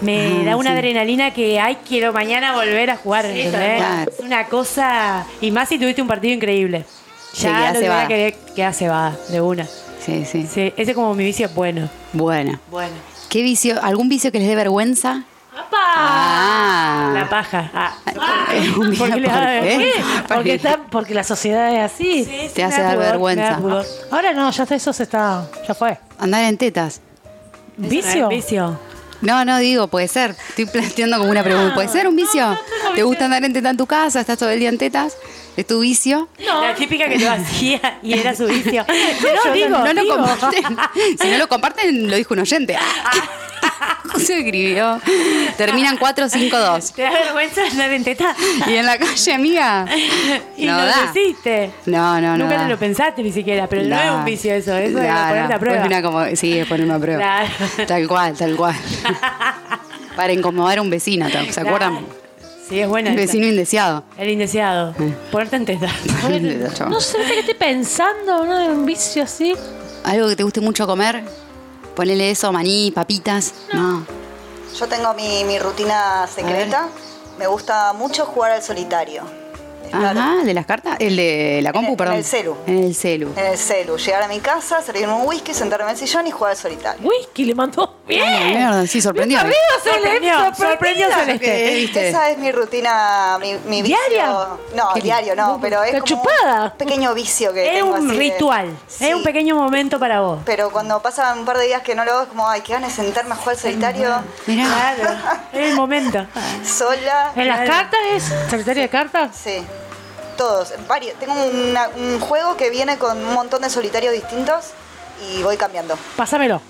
[SPEAKER 3] Me
[SPEAKER 2] Ah,
[SPEAKER 3] da una
[SPEAKER 2] sí.
[SPEAKER 3] adrenalina que, ay, quiero mañana volver a jugar, ¿entendés?
[SPEAKER 2] cual.
[SPEAKER 3] Es una cosa... Y más si tuviste un partido increíble.
[SPEAKER 2] Sí, quedás
[SPEAKER 3] Ya lo que
[SPEAKER 2] cebada.
[SPEAKER 3] quedé, quedás cebada, de una.
[SPEAKER 2] Sí, sí.
[SPEAKER 3] Sí, ese es como mi vicio bueno.
[SPEAKER 2] Bueno.
[SPEAKER 3] Bueno.
[SPEAKER 2] ¿Qué vicio? ¿Algún vicio que les dé vergüenza?
[SPEAKER 1] ¡Apa!
[SPEAKER 2] Ah.
[SPEAKER 3] La paja.
[SPEAKER 2] <laughs>
[SPEAKER 3] Ah.
[SPEAKER 2] Un día
[SPEAKER 3] ¿Por qué le da
[SPEAKER 2] aparte,
[SPEAKER 1] ¿Por
[SPEAKER 2] ¿eh?
[SPEAKER 1] qué? Porque,
[SPEAKER 2] Porque-
[SPEAKER 1] está- porque la sociedad es así.
[SPEAKER 2] Te hace dar vergüenza.
[SPEAKER 1] Ahora no, ya está- eso se está. Ya fue.
[SPEAKER 2] Andar en tetas.
[SPEAKER 1] ¿Vicio?
[SPEAKER 3] Vicio.
[SPEAKER 2] No, no digo, puede ser. Estoy planteando como una pregunta. ¿Puede ser un vicio? ¿Te gusta andar en tetas en tu casa? ¿Estás todo el día en tetas? ¿Es tu vicio?
[SPEAKER 3] La típica que lo hacía y era
[SPEAKER 2] <laughs>
[SPEAKER 3] su vicio. Pero
[SPEAKER 2] Yo
[SPEAKER 3] digo,
[SPEAKER 2] no lo
[SPEAKER 3] digo.
[SPEAKER 2] comparten. Si no lo comparten, lo dijo un
[SPEAKER 3] <laughs>
[SPEAKER 2] oyente. Se escribió. Terminan 452.
[SPEAKER 3] ¿Te da vergüenza andar en teta?
[SPEAKER 2] Y en la calle, amiga.
[SPEAKER 3] Y
[SPEAKER 2] no
[SPEAKER 3] no
[SPEAKER 2] da.
[SPEAKER 3] lo hiciste.
[SPEAKER 2] No, no, no.
[SPEAKER 3] Nunca
[SPEAKER 2] da.
[SPEAKER 3] te lo pensaste ni siquiera, pero no
[SPEAKER 2] Da.
[SPEAKER 3] es un vicio eso, eso
[SPEAKER 2] Da,
[SPEAKER 3] es
[SPEAKER 2] da.
[SPEAKER 3] poner la prueba.
[SPEAKER 2] Es una como- sí, es ponerme a prueba.
[SPEAKER 3] Claro.
[SPEAKER 2] Tal cual, tal
[SPEAKER 3] <laughs>
[SPEAKER 2] cual. Para incomodar a un vecino, ¿se acuerdan?
[SPEAKER 3] Sí, es buena.
[SPEAKER 2] Un
[SPEAKER 3] esa.
[SPEAKER 2] vecino Eh. indeseado.
[SPEAKER 3] El indeseado. Ponerte en teta.
[SPEAKER 2] <laughs>
[SPEAKER 1] No sé qué estoy pensando, ¿no? Un vicio así.
[SPEAKER 2] Algo que te guste mucho comer, ponele eso, maní, papitas. No.
[SPEAKER 4] Yo tengo mi, mi rutina secreta. Me gusta mucho jugar al solitario. Estar
[SPEAKER 2] Ajá, de las cartas, el de la compu,
[SPEAKER 4] en
[SPEAKER 2] perdón.
[SPEAKER 4] el celu.
[SPEAKER 2] En el celu.
[SPEAKER 4] en el celu, llegar a mi casa, servirme un whisky, sentarme en el sillón y jugar al solitario.
[SPEAKER 1] Whisky le mandó bien.
[SPEAKER 2] Ah, mierda, sí, sorprendió.
[SPEAKER 1] Bien arriba, Celeste,
[SPEAKER 3] Sorprendió, sorprendió
[SPEAKER 1] sorprendida.
[SPEAKER 3] Celeste.
[SPEAKER 2] Eh, ¿viste?
[SPEAKER 4] Esa es mi rutina, mi, mi vicio.
[SPEAKER 1] ¿Diaria?
[SPEAKER 4] No, diario no, pero es
[SPEAKER 1] La
[SPEAKER 4] como
[SPEAKER 1] chupada.
[SPEAKER 4] un pequeño vicio que
[SPEAKER 3] Es
[SPEAKER 4] tengo
[SPEAKER 3] un
[SPEAKER 4] así de-
[SPEAKER 3] ritual.
[SPEAKER 4] Sí,
[SPEAKER 3] Es un pequeño momento para vos.
[SPEAKER 4] Pero cuando pasan un par de días que no lo hago, es como, ay, qué ganas de sentarme a jugar al solitario
[SPEAKER 2] Mirá.
[SPEAKER 3] Claro. Es el momento.
[SPEAKER 4] sola.
[SPEAKER 1] ¿En las cartas es? ¿Secretaria de cartas?
[SPEAKER 4] Sí, todos. Varios. Tengo una- un juego que viene con un montón de solitarios distintos y voy cambiando.
[SPEAKER 1] Pásamelo.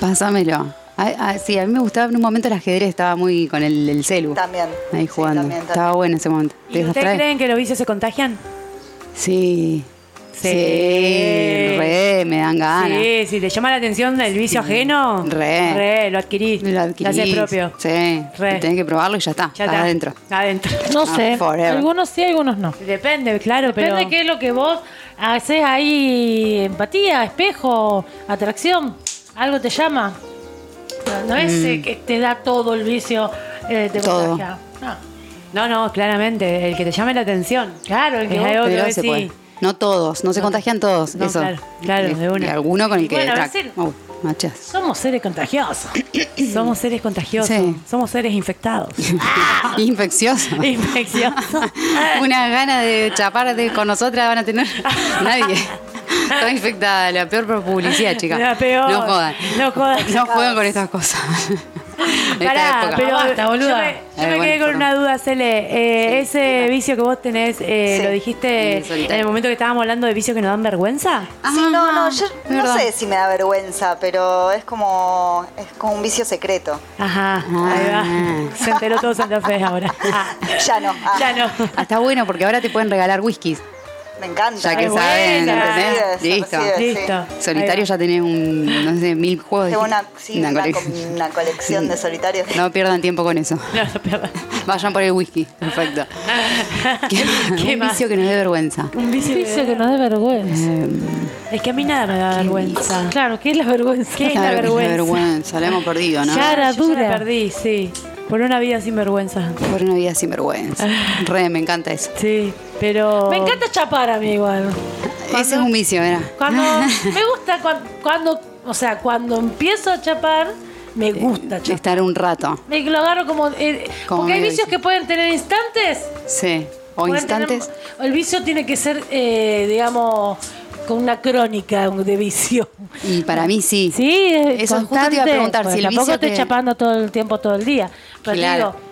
[SPEAKER 2] Pásamelo. Ah, ah, sí, a mí me gustaba en un momento el ajedrez, estaba muy con el, el celu.
[SPEAKER 4] También.
[SPEAKER 2] Ahí
[SPEAKER 4] Sí,
[SPEAKER 2] jugando.
[SPEAKER 4] también, también.
[SPEAKER 2] Estaba bueno ese momento. ¿Te
[SPEAKER 3] ¿Y ustedes
[SPEAKER 2] distrae?
[SPEAKER 3] creen que los vicios se contagian?
[SPEAKER 2] Sí. Sí.
[SPEAKER 3] Sí.
[SPEAKER 2] Re, me dan ganas.
[SPEAKER 3] Sí, si te llama la atención el vicio ajeno,
[SPEAKER 2] Re.
[SPEAKER 3] re, lo adquirís.
[SPEAKER 2] Lo adquirís.
[SPEAKER 3] Lo haces propio.
[SPEAKER 2] Sí.
[SPEAKER 3] Re.
[SPEAKER 2] Tenés que probarlo y ya está. está
[SPEAKER 3] Ya está.
[SPEAKER 2] adentro.
[SPEAKER 3] Adentro.
[SPEAKER 1] No
[SPEAKER 2] Ah,
[SPEAKER 1] sé.
[SPEAKER 2] forever.
[SPEAKER 1] Algunos sí, algunos no.
[SPEAKER 3] <laughs> Depende, claro,
[SPEAKER 1] Depende
[SPEAKER 3] pero.
[SPEAKER 1] de qué es lo que vos haces ahí. Empatía, espejo, atracción. Algo te llama. No, no es eh, que te da todo el vicio. Eh, te
[SPEAKER 2] Mm. Todo.
[SPEAKER 1] contagia. No.
[SPEAKER 3] No, no, claramente, el que te llame la atención.
[SPEAKER 1] Claro, el que
[SPEAKER 3] Es
[SPEAKER 1] vos-
[SPEAKER 3] algo que
[SPEAKER 2] Pero
[SPEAKER 3] vos
[SPEAKER 2] se
[SPEAKER 3] decís,
[SPEAKER 2] puede. No todos, no se contagian todos.
[SPEAKER 3] No,
[SPEAKER 2] eso.
[SPEAKER 3] claro, claro,
[SPEAKER 2] Y-
[SPEAKER 3] de una.
[SPEAKER 2] y alguno con el que.
[SPEAKER 1] Bueno, a
[SPEAKER 2] trac-
[SPEAKER 1] veces-
[SPEAKER 2] Uh, machas. <laughs>
[SPEAKER 3] Somos seres
[SPEAKER 1] <coughs>
[SPEAKER 3] contagiosos.
[SPEAKER 1] Somos seres contagiosos.
[SPEAKER 2] Sí.
[SPEAKER 1] Somos seres
[SPEAKER 2] <laughs>
[SPEAKER 1] infectados. <laughs>
[SPEAKER 2] Infeccioso.
[SPEAKER 3] <laughs>
[SPEAKER 1] Infecciosos.
[SPEAKER 2] <laughs> Una gana de chapar de- con nosotras van a tener <laughs> nadie. Está infectada, la peor por publicidad, chica.
[SPEAKER 1] La peor.
[SPEAKER 2] No jodan.
[SPEAKER 1] No jodan.
[SPEAKER 2] No juegan con estas
[SPEAKER 1] <laughs>
[SPEAKER 2] cosas. En esta
[SPEAKER 1] Pará,
[SPEAKER 2] época.
[SPEAKER 1] pero
[SPEAKER 3] Ah, basta, boluda.
[SPEAKER 1] yo me, yo me
[SPEAKER 2] Eh, bueno,
[SPEAKER 1] quedé con
[SPEAKER 2] perdón.
[SPEAKER 1] una duda, Cele. Eh, ¿Ese vicio que vos tenés, eh,
[SPEAKER 4] Sí.
[SPEAKER 1] lo dijiste
[SPEAKER 2] En
[SPEAKER 1] en,
[SPEAKER 2] solitario.
[SPEAKER 1] el momento que estábamos hablando de vicios que nos dan vergüenza?
[SPEAKER 4] Sí, no, no, yo no
[SPEAKER 2] Perdón.
[SPEAKER 4] sé si me da vergüenza, pero es como, es como un vicio secreto.
[SPEAKER 1] Ajá,
[SPEAKER 2] Ah.
[SPEAKER 1] ahí va. <laughs> Se enteró todo Santa Fe
[SPEAKER 2] <laughs>
[SPEAKER 1] ahora. Ah,
[SPEAKER 4] Ya no. ah,
[SPEAKER 1] ya no.
[SPEAKER 2] Ah, está bueno porque ahora te pueden regalar whiskies.
[SPEAKER 4] Me encanta.
[SPEAKER 2] Ya que
[SPEAKER 4] Ay,
[SPEAKER 2] saben,
[SPEAKER 4] buena.
[SPEAKER 2] ¿entendés?
[SPEAKER 4] Sí,
[SPEAKER 2] Listo.
[SPEAKER 4] sí, sí.
[SPEAKER 1] Listo.
[SPEAKER 2] Solitario
[SPEAKER 1] Ahí
[SPEAKER 2] ya tenés un, no sé, mil juegos.
[SPEAKER 4] Tengo una,
[SPEAKER 2] digitales.
[SPEAKER 4] sí, una, co- una colección de solitarios.
[SPEAKER 2] No pierdan tiempo con eso.
[SPEAKER 1] va. No, no, perdón.
[SPEAKER 2] <laughs> Vayan por el whisky.
[SPEAKER 1] <laughs>
[SPEAKER 2] Perfecto. ¿Qué,
[SPEAKER 1] ¿Qué
[SPEAKER 2] un
[SPEAKER 1] más?
[SPEAKER 2] vicio que nos dé vergüenza. Em,
[SPEAKER 1] Un vicio.
[SPEAKER 3] Dice que nos dé vergüenza.
[SPEAKER 1] Es que a mí nada me da vergüenza.
[SPEAKER 3] Claro, ¿qué es la vergüenza?
[SPEAKER 1] ¿Qué? Es la
[SPEAKER 2] Claro que
[SPEAKER 1] vergüenza.
[SPEAKER 2] vergüenza, La hemos perdido, ¿no?
[SPEAKER 3] Cara
[SPEAKER 1] Yo ya la
[SPEAKER 3] dura.
[SPEAKER 1] perdí, sí. Por una vida sin vergüenza.
[SPEAKER 2] Por una vida sin vergüenza. Re, me encanta eso.
[SPEAKER 1] Sí, pero.
[SPEAKER 3] Me encanta chapar a mí igual.
[SPEAKER 2] Ese es un vicio, ¿verdad? <laughs>
[SPEAKER 3] Cuando me gusta cuan- cuando, o sea, cuando empiezo a chapar, me gusta chapar.
[SPEAKER 2] Estar un rato.
[SPEAKER 3] Me lo agarro como, eh,
[SPEAKER 2] Como
[SPEAKER 3] porque hay
[SPEAKER 2] medio
[SPEAKER 3] vicios
[SPEAKER 2] vicio.
[SPEAKER 3] que pueden tener instantes.
[SPEAKER 2] Sí. O
[SPEAKER 3] pueden
[SPEAKER 2] instantes.
[SPEAKER 3] tener- el vicio tiene que ser, eh, digamos, con una crónica de vicio.
[SPEAKER 2] Y para mí sí.
[SPEAKER 3] Sí, es
[SPEAKER 2] Eso justo te iba a
[SPEAKER 3] constante.
[SPEAKER 2] preguntar,
[SPEAKER 3] Pues
[SPEAKER 2] si el
[SPEAKER 3] tampoco
[SPEAKER 2] vicio
[SPEAKER 3] estoy
[SPEAKER 2] te-
[SPEAKER 3] chapando todo el tiempo, todo el día. Pero te
[SPEAKER 2] Claro.
[SPEAKER 3] digo,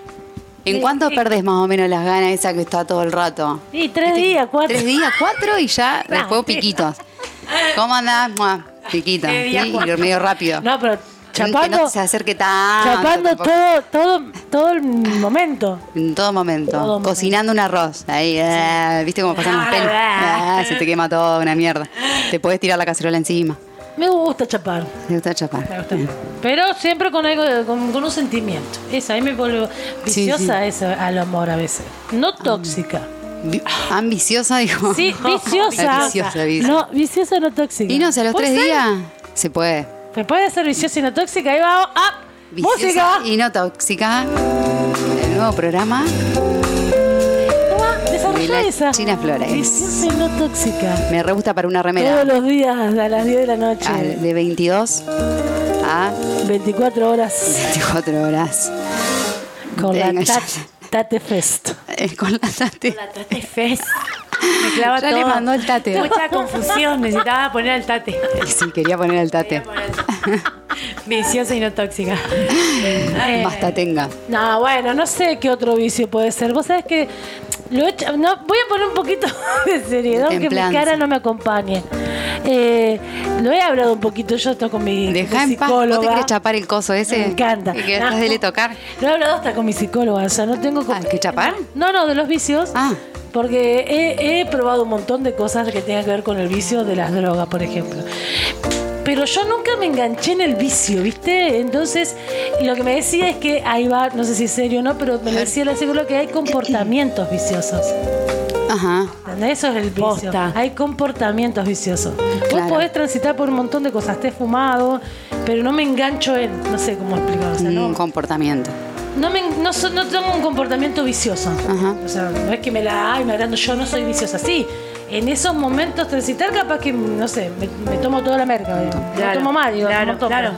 [SPEAKER 2] ¿En cuánto
[SPEAKER 3] Sí.
[SPEAKER 2] perdés más o menos las ganas esa que está todo el rato?
[SPEAKER 3] y tres días, cuatro.
[SPEAKER 2] Este, Tres días, cuatro y
[SPEAKER 3] <laughs>
[SPEAKER 2] ya después piquitos. ¿Cómo andás? Mua, Piquito.
[SPEAKER 1] Tres días,
[SPEAKER 2] Sí,
[SPEAKER 1] cuatro.
[SPEAKER 2] medio rápido.
[SPEAKER 3] No, pero
[SPEAKER 2] que
[SPEAKER 3] chapando,
[SPEAKER 2] no se acerque tanto.
[SPEAKER 3] chapando
[SPEAKER 2] tampoco.
[SPEAKER 3] todo, todo, todo el momento.
[SPEAKER 2] En todo momento.
[SPEAKER 3] Todo momento.
[SPEAKER 2] Cocinando un arroz. Ahí, ah, viste cómo pasan las pelis. Ah, se te quema todo, una mierda. Te podés tirar la cacerola encima.
[SPEAKER 3] Me gusta chapar.
[SPEAKER 2] Te gusta chapar.
[SPEAKER 3] Me gusta. Pero siempre con algo, de- con, con un sentimiento. Esa, a mí me vuelve
[SPEAKER 2] Sí, Ah.
[SPEAKER 3] viciosa esa al amor a veces. No tóxica.
[SPEAKER 2] <laughs> Vi- Ambiciosa, dijo.
[SPEAKER 3] Sí, viciosa.
[SPEAKER 2] Viciosa, viciosa.
[SPEAKER 3] No, viciosa no tóxica.
[SPEAKER 2] Y no, si a los
[SPEAKER 3] ¿Puede
[SPEAKER 2] tres
[SPEAKER 3] ser?
[SPEAKER 2] días se puede.
[SPEAKER 3] Pero puede ser viciosa y no tóxica. Ahí va. ¡Ah!
[SPEAKER 2] Viciosa
[SPEAKER 3] ¡Música!
[SPEAKER 2] Y no tóxica. El nuevo programa.
[SPEAKER 3] Toma,
[SPEAKER 2] de la
[SPEAKER 3] Desarrolla esa.
[SPEAKER 2] China Flores.
[SPEAKER 3] Viciosa y no tóxica.
[SPEAKER 2] Me re gusta para una remera.
[SPEAKER 3] Todos los días a las 10 de la noche.
[SPEAKER 2] Ah, de 22 a
[SPEAKER 3] 24 horas
[SPEAKER 2] 24 horas.
[SPEAKER 3] con
[SPEAKER 2] Venga,
[SPEAKER 3] la
[SPEAKER 2] ya.
[SPEAKER 3] Tat- Tate Fest.
[SPEAKER 2] Eh, Con la tate.
[SPEAKER 1] La Tate Fest. Me clava
[SPEAKER 2] Ya
[SPEAKER 1] todo.
[SPEAKER 2] le mandó el tate.
[SPEAKER 3] <laughs>
[SPEAKER 1] Mucha confusión. Necesitaba poner al Tate.
[SPEAKER 2] Sí, quería poner el tate.
[SPEAKER 1] Viciosa y no tóxica.
[SPEAKER 2] Basta tenga.
[SPEAKER 3] No, bueno, no sé qué otro vicio puede ser. Vos sabés que lo he hecho- no, voy a poner un poquito <laughs> de seriedad, aunque mi
[SPEAKER 2] Templanza.
[SPEAKER 3] cara no me acompañe. Eh, lo he hablado un poquito yo esto con mi,
[SPEAKER 2] Deja
[SPEAKER 3] mi
[SPEAKER 2] en paz. ¿No te
[SPEAKER 3] psicóloga.
[SPEAKER 2] querés chapar el coso ese?
[SPEAKER 3] Me encanta.
[SPEAKER 2] Y Que después de le tocar.
[SPEAKER 3] Lo he hablado hasta con mi psicóloga, o sea, no tengo... como-
[SPEAKER 2] Ah, ¿que chapar?
[SPEAKER 3] No, no, de los vicios.
[SPEAKER 2] Ah.
[SPEAKER 3] Porque he, he probado un montón de cosas que tengan que ver con el vicio de las drogas, por ejemplo. Pero yo nunca me enganché en el vicio, ¿viste? Entonces, lo que me decía es que ahí va, no sé si es serio o no, pero me lo decía la psicóloga que hay comportamientos viciosos.
[SPEAKER 2] Ajá.
[SPEAKER 3] ¿Entendés? Eso es el vicio.
[SPEAKER 1] Posta.
[SPEAKER 3] Hay comportamientos viciosos. Vos
[SPEAKER 2] Claro.
[SPEAKER 3] podés transitar por un montón de cosas, te he fumado, pero no me engancho en, no sé cómo explicarlo. o sea, no-
[SPEAKER 2] Un comportamiento.
[SPEAKER 3] no, me, no, so- no tengo un comportamiento vicioso.
[SPEAKER 2] Ajá.
[SPEAKER 3] O sea, no es que me la ay, me agrando, yo no soy viciosa. Sí, en esos momentos transitar capaz que, no sé, me, me tomo toda la merca. eh.
[SPEAKER 1] Claro,
[SPEAKER 3] lo tomo mal, digo,
[SPEAKER 1] claro,
[SPEAKER 3] no tomo.
[SPEAKER 1] claro.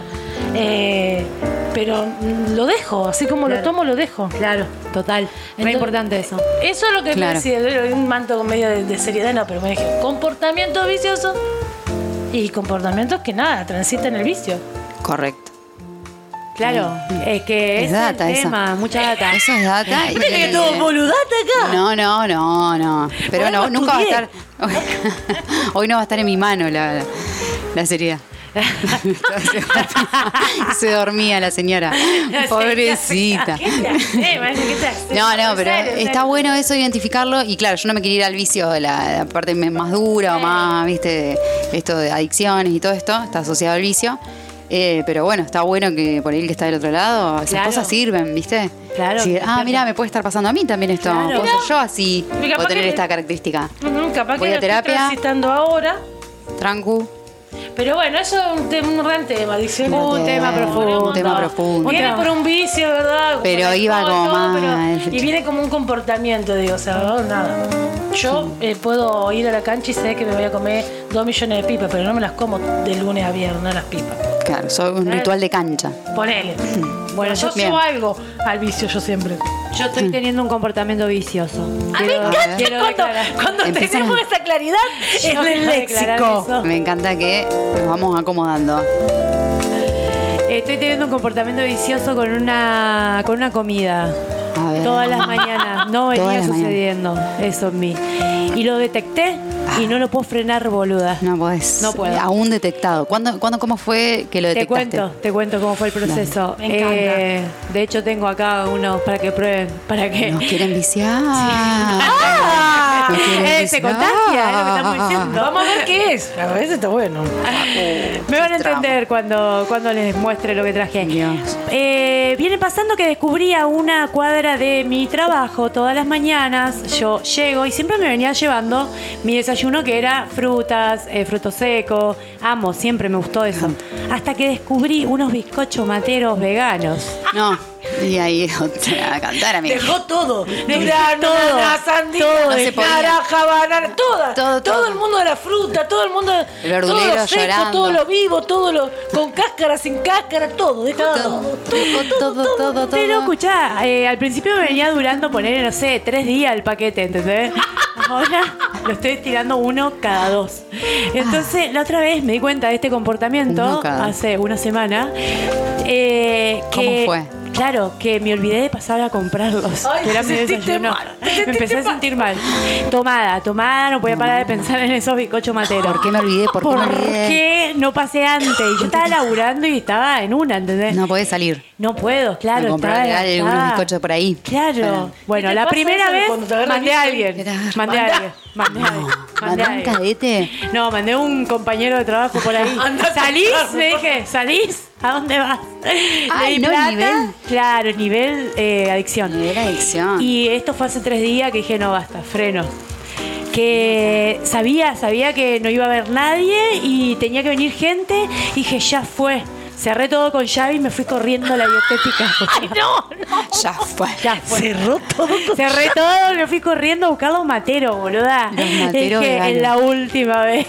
[SPEAKER 3] Eh, pero mm, lo dejo, así como lo
[SPEAKER 1] Claro.
[SPEAKER 3] tomo, lo dejo.
[SPEAKER 1] Claro, total. Muy
[SPEAKER 3] Entonces-
[SPEAKER 1] importante eso.
[SPEAKER 3] Eso es lo que
[SPEAKER 2] Claro.
[SPEAKER 3] me decía, era un manto con medio de, de seriedad, no, pero me dije, comportamiento vicioso y comportamientos que nada, transitan el vicio.
[SPEAKER 2] Correcto.
[SPEAKER 1] Claro, es que
[SPEAKER 2] Es
[SPEAKER 1] es,
[SPEAKER 2] data
[SPEAKER 1] el
[SPEAKER 2] esa.
[SPEAKER 1] tema, mucha data.
[SPEAKER 2] Eso es data. y-
[SPEAKER 3] ¿Viste que todo boludate acá?
[SPEAKER 2] No, no, no, no. Pero
[SPEAKER 3] Bueno,
[SPEAKER 2] no, nunca va a
[SPEAKER 3] estudié.
[SPEAKER 2] estar. Hoy, no va a estar <laughs> en mi mano la, la seriedad.
[SPEAKER 3] <laughs>
[SPEAKER 2] <laughs> Se dormía la señora. Pobrecita.
[SPEAKER 3] ¿Qué te Eh, hace? Maestro? ¿Qué te hace?
[SPEAKER 2] No, no, pero
[SPEAKER 3] Cero, cero.
[SPEAKER 2] está bueno eso identificarlo y claro, yo no me quería ir al vicio de la, la parte me- más dura o más, viste, de esto de adicciones y todo esto, está asociado al vicio. Eh, pero bueno, está bueno que por ahí el que está del otro lado, esas
[SPEAKER 1] Claro.
[SPEAKER 2] cosas sirven, ¿viste?
[SPEAKER 1] Claro,
[SPEAKER 2] Decir, ah,
[SPEAKER 1] fíjate.
[SPEAKER 2] mira, me puede estar pasando a mí también esto.
[SPEAKER 1] Claro.
[SPEAKER 2] Puedo ser yo así,
[SPEAKER 3] Y capaz
[SPEAKER 2] puedo tener
[SPEAKER 3] que-
[SPEAKER 2] esta característica.
[SPEAKER 3] Ujú, Mm, capaz
[SPEAKER 2] Voy
[SPEAKER 3] que
[SPEAKER 2] a
[SPEAKER 3] lo estoy
[SPEAKER 2] terapia.
[SPEAKER 3] transitando ahora.
[SPEAKER 2] Trancu.
[SPEAKER 3] Pero bueno, eso es un, tem- un gran tema, adicción.
[SPEAKER 2] Un
[SPEAKER 3] Bueno,
[SPEAKER 2] tema
[SPEAKER 1] profundo.
[SPEAKER 2] Un tema profundo.
[SPEAKER 3] Viene por un vicio, ¿verdad? Como
[SPEAKER 2] Pero
[SPEAKER 3] el
[SPEAKER 2] iba
[SPEAKER 3] alcohol,
[SPEAKER 2] como
[SPEAKER 3] todo,
[SPEAKER 2] más-
[SPEAKER 3] pero- y viene como un comportamiento, digo, o sea, ¿no? nada. Yo eh, puedo ir a la cancha y sé que me voy a comer dos millones de pipas, pero no me las como de lunes a viernes las pipas.
[SPEAKER 2] Claro, soy un
[SPEAKER 1] Claro.
[SPEAKER 2] ritual de cancha.
[SPEAKER 1] Ponele. Bueno, yo
[SPEAKER 2] Bien.
[SPEAKER 1] subo algo al vicio, yo siempre.
[SPEAKER 3] Yo
[SPEAKER 2] Mm.
[SPEAKER 3] estoy teniendo un comportamiento vicioso.
[SPEAKER 1] A mí me
[SPEAKER 3] Quiero-
[SPEAKER 1] encanta
[SPEAKER 3] quiero
[SPEAKER 1] cuando,
[SPEAKER 3] declarar.
[SPEAKER 1] cuando
[SPEAKER 2] Empiezan
[SPEAKER 1] tenemos
[SPEAKER 2] a-
[SPEAKER 1] esa claridad en
[SPEAKER 3] Yo
[SPEAKER 1] el
[SPEAKER 3] quiero declarar
[SPEAKER 1] léxico.
[SPEAKER 3] eso.
[SPEAKER 2] Me encanta que nos vamos acomodando.
[SPEAKER 3] Estoy teniendo un comportamiento vicioso con una con una comida.
[SPEAKER 2] A ver.
[SPEAKER 3] Todas las mañanas. No venía
[SPEAKER 2] las mañanas.
[SPEAKER 3] sucediendo eso en mí. Y lo detecté y no lo puedo frenar, boluda.
[SPEAKER 2] No podés.
[SPEAKER 3] No puedo.
[SPEAKER 2] Aún detectado. ¿Cuándo, cuándo, ¿Cómo fue que lo
[SPEAKER 3] Te
[SPEAKER 2] detectaste?
[SPEAKER 3] cuento, te cuento cómo fue el proceso.
[SPEAKER 1] Me encanta.
[SPEAKER 3] Eh, de hecho, tengo acá unos para que prueben, para que
[SPEAKER 2] Nos quieren viciar.
[SPEAKER 3] <laughs>
[SPEAKER 2] Nos quieren
[SPEAKER 3] Eh, se
[SPEAKER 2] viciar.
[SPEAKER 3] contagia, es lo que estamos diciendo.
[SPEAKER 1] Vamos a ver qué es. A veces está bueno.
[SPEAKER 2] <laughs>
[SPEAKER 3] Me van a entender cuando, cuando les muestre lo que traje.
[SPEAKER 2] Dios.
[SPEAKER 3] Eh, viene pasando que descubrí a una cuadra de mi trabajo todas las mañanas. Yo llego y siempre me venía llevando mi desayuno que era frutas, eh, fruto seco. Amo, siempre me gustó eso. Hasta que descubrí unos bizcochos materos veganos.
[SPEAKER 2] No. Y ahí otra, a cantar, amigo.
[SPEAKER 1] Dejó todo. Durazno,
[SPEAKER 3] todo,
[SPEAKER 1] banana, sandía,
[SPEAKER 3] todo,
[SPEAKER 2] no se podía.
[SPEAKER 1] naranja, banana, toda, todo,
[SPEAKER 2] Todo, todo.
[SPEAKER 1] el mundo de la fruta, todo el mundo
[SPEAKER 2] El verdulero
[SPEAKER 1] todo lo seco,
[SPEAKER 2] llorando.
[SPEAKER 1] todo lo vivo, todo lo con cáscara, sin cáscara, todo, dejó todo.
[SPEAKER 2] Dejó todo, todo, todo.
[SPEAKER 3] Pero escuchá, eh, al principio me venía durando poner, no sé, tres días el paquete, ¿entendés? Ahora lo estoy estirando uno cada dos. Entonces, la otra vez me di cuenta de este comportamiento
[SPEAKER 2] Uno cada dos.
[SPEAKER 3] hace una semana. eh,
[SPEAKER 2] ¿Cómo
[SPEAKER 3] que,
[SPEAKER 2] fue?
[SPEAKER 3] Claro, que me olvidé de pasar a comprarlos.
[SPEAKER 1] Ay,
[SPEAKER 3] que era
[SPEAKER 1] te
[SPEAKER 3] mi
[SPEAKER 1] sentiste
[SPEAKER 3] desayuno.
[SPEAKER 1] mal, te
[SPEAKER 3] Me
[SPEAKER 1] sentiste
[SPEAKER 3] empecé a
[SPEAKER 1] mal.
[SPEAKER 3] sentir mal. Tomada, tomada, no podía parar de pensar en esos bizcochos materos.
[SPEAKER 2] Mm. ¿Por qué me olvidé? ¿Por qué me
[SPEAKER 3] ¿Por
[SPEAKER 2] olvidé?
[SPEAKER 3] qué no pasé antes? Y Yo estaba laburando y estaba en una, ¿entendés?
[SPEAKER 2] No podés salir.
[SPEAKER 3] No puedo, claro.
[SPEAKER 2] Me compré
[SPEAKER 3] está,
[SPEAKER 2] legal
[SPEAKER 3] está.
[SPEAKER 2] unos bizcochos por ahí.
[SPEAKER 3] Claro.
[SPEAKER 1] ¿Qué
[SPEAKER 3] Bueno,
[SPEAKER 1] te
[SPEAKER 3] la
[SPEAKER 1] pasa
[SPEAKER 3] primera
[SPEAKER 1] eso de
[SPEAKER 3] vez
[SPEAKER 1] cuando te agarran
[SPEAKER 3] mandé a alguien.
[SPEAKER 2] Era-
[SPEAKER 3] Mandé a alguien. Mandé a alguien. Mandé
[SPEAKER 2] ¿Mandá
[SPEAKER 3] a
[SPEAKER 2] un
[SPEAKER 3] alguien.
[SPEAKER 2] cadete?
[SPEAKER 3] No, mandé un compañero de trabajo por
[SPEAKER 1] <laughs>
[SPEAKER 3] ahí.
[SPEAKER 1] Andá a
[SPEAKER 3] ¿Salís?
[SPEAKER 1] tocarme,
[SPEAKER 3] Le
[SPEAKER 1] por
[SPEAKER 3] dije, ¿salís? ¿A dónde vas? Le
[SPEAKER 2] Ay,
[SPEAKER 3] di
[SPEAKER 2] no,
[SPEAKER 3] plata.
[SPEAKER 2] nivel.
[SPEAKER 3] Claro, nivel eh, adicción.
[SPEAKER 2] Nivel adicción.
[SPEAKER 3] Y esto fue hace tres días que dije, no basta, freno. Que sabía, sabía que no iba a haber nadie y tenía que venir gente. Y dije, ya fue. Cerré todo con llave y me fui corriendo a la dietética.
[SPEAKER 1] No, no.
[SPEAKER 2] Ya fue.
[SPEAKER 3] Ya fue.
[SPEAKER 1] Cerró todo con
[SPEAKER 3] Cerré todo, me fui corriendo a buscar los materos, boluda.
[SPEAKER 2] Los materos
[SPEAKER 3] Dije,
[SPEAKER 2] veganos.
[SPEAKER 3] es la última vez.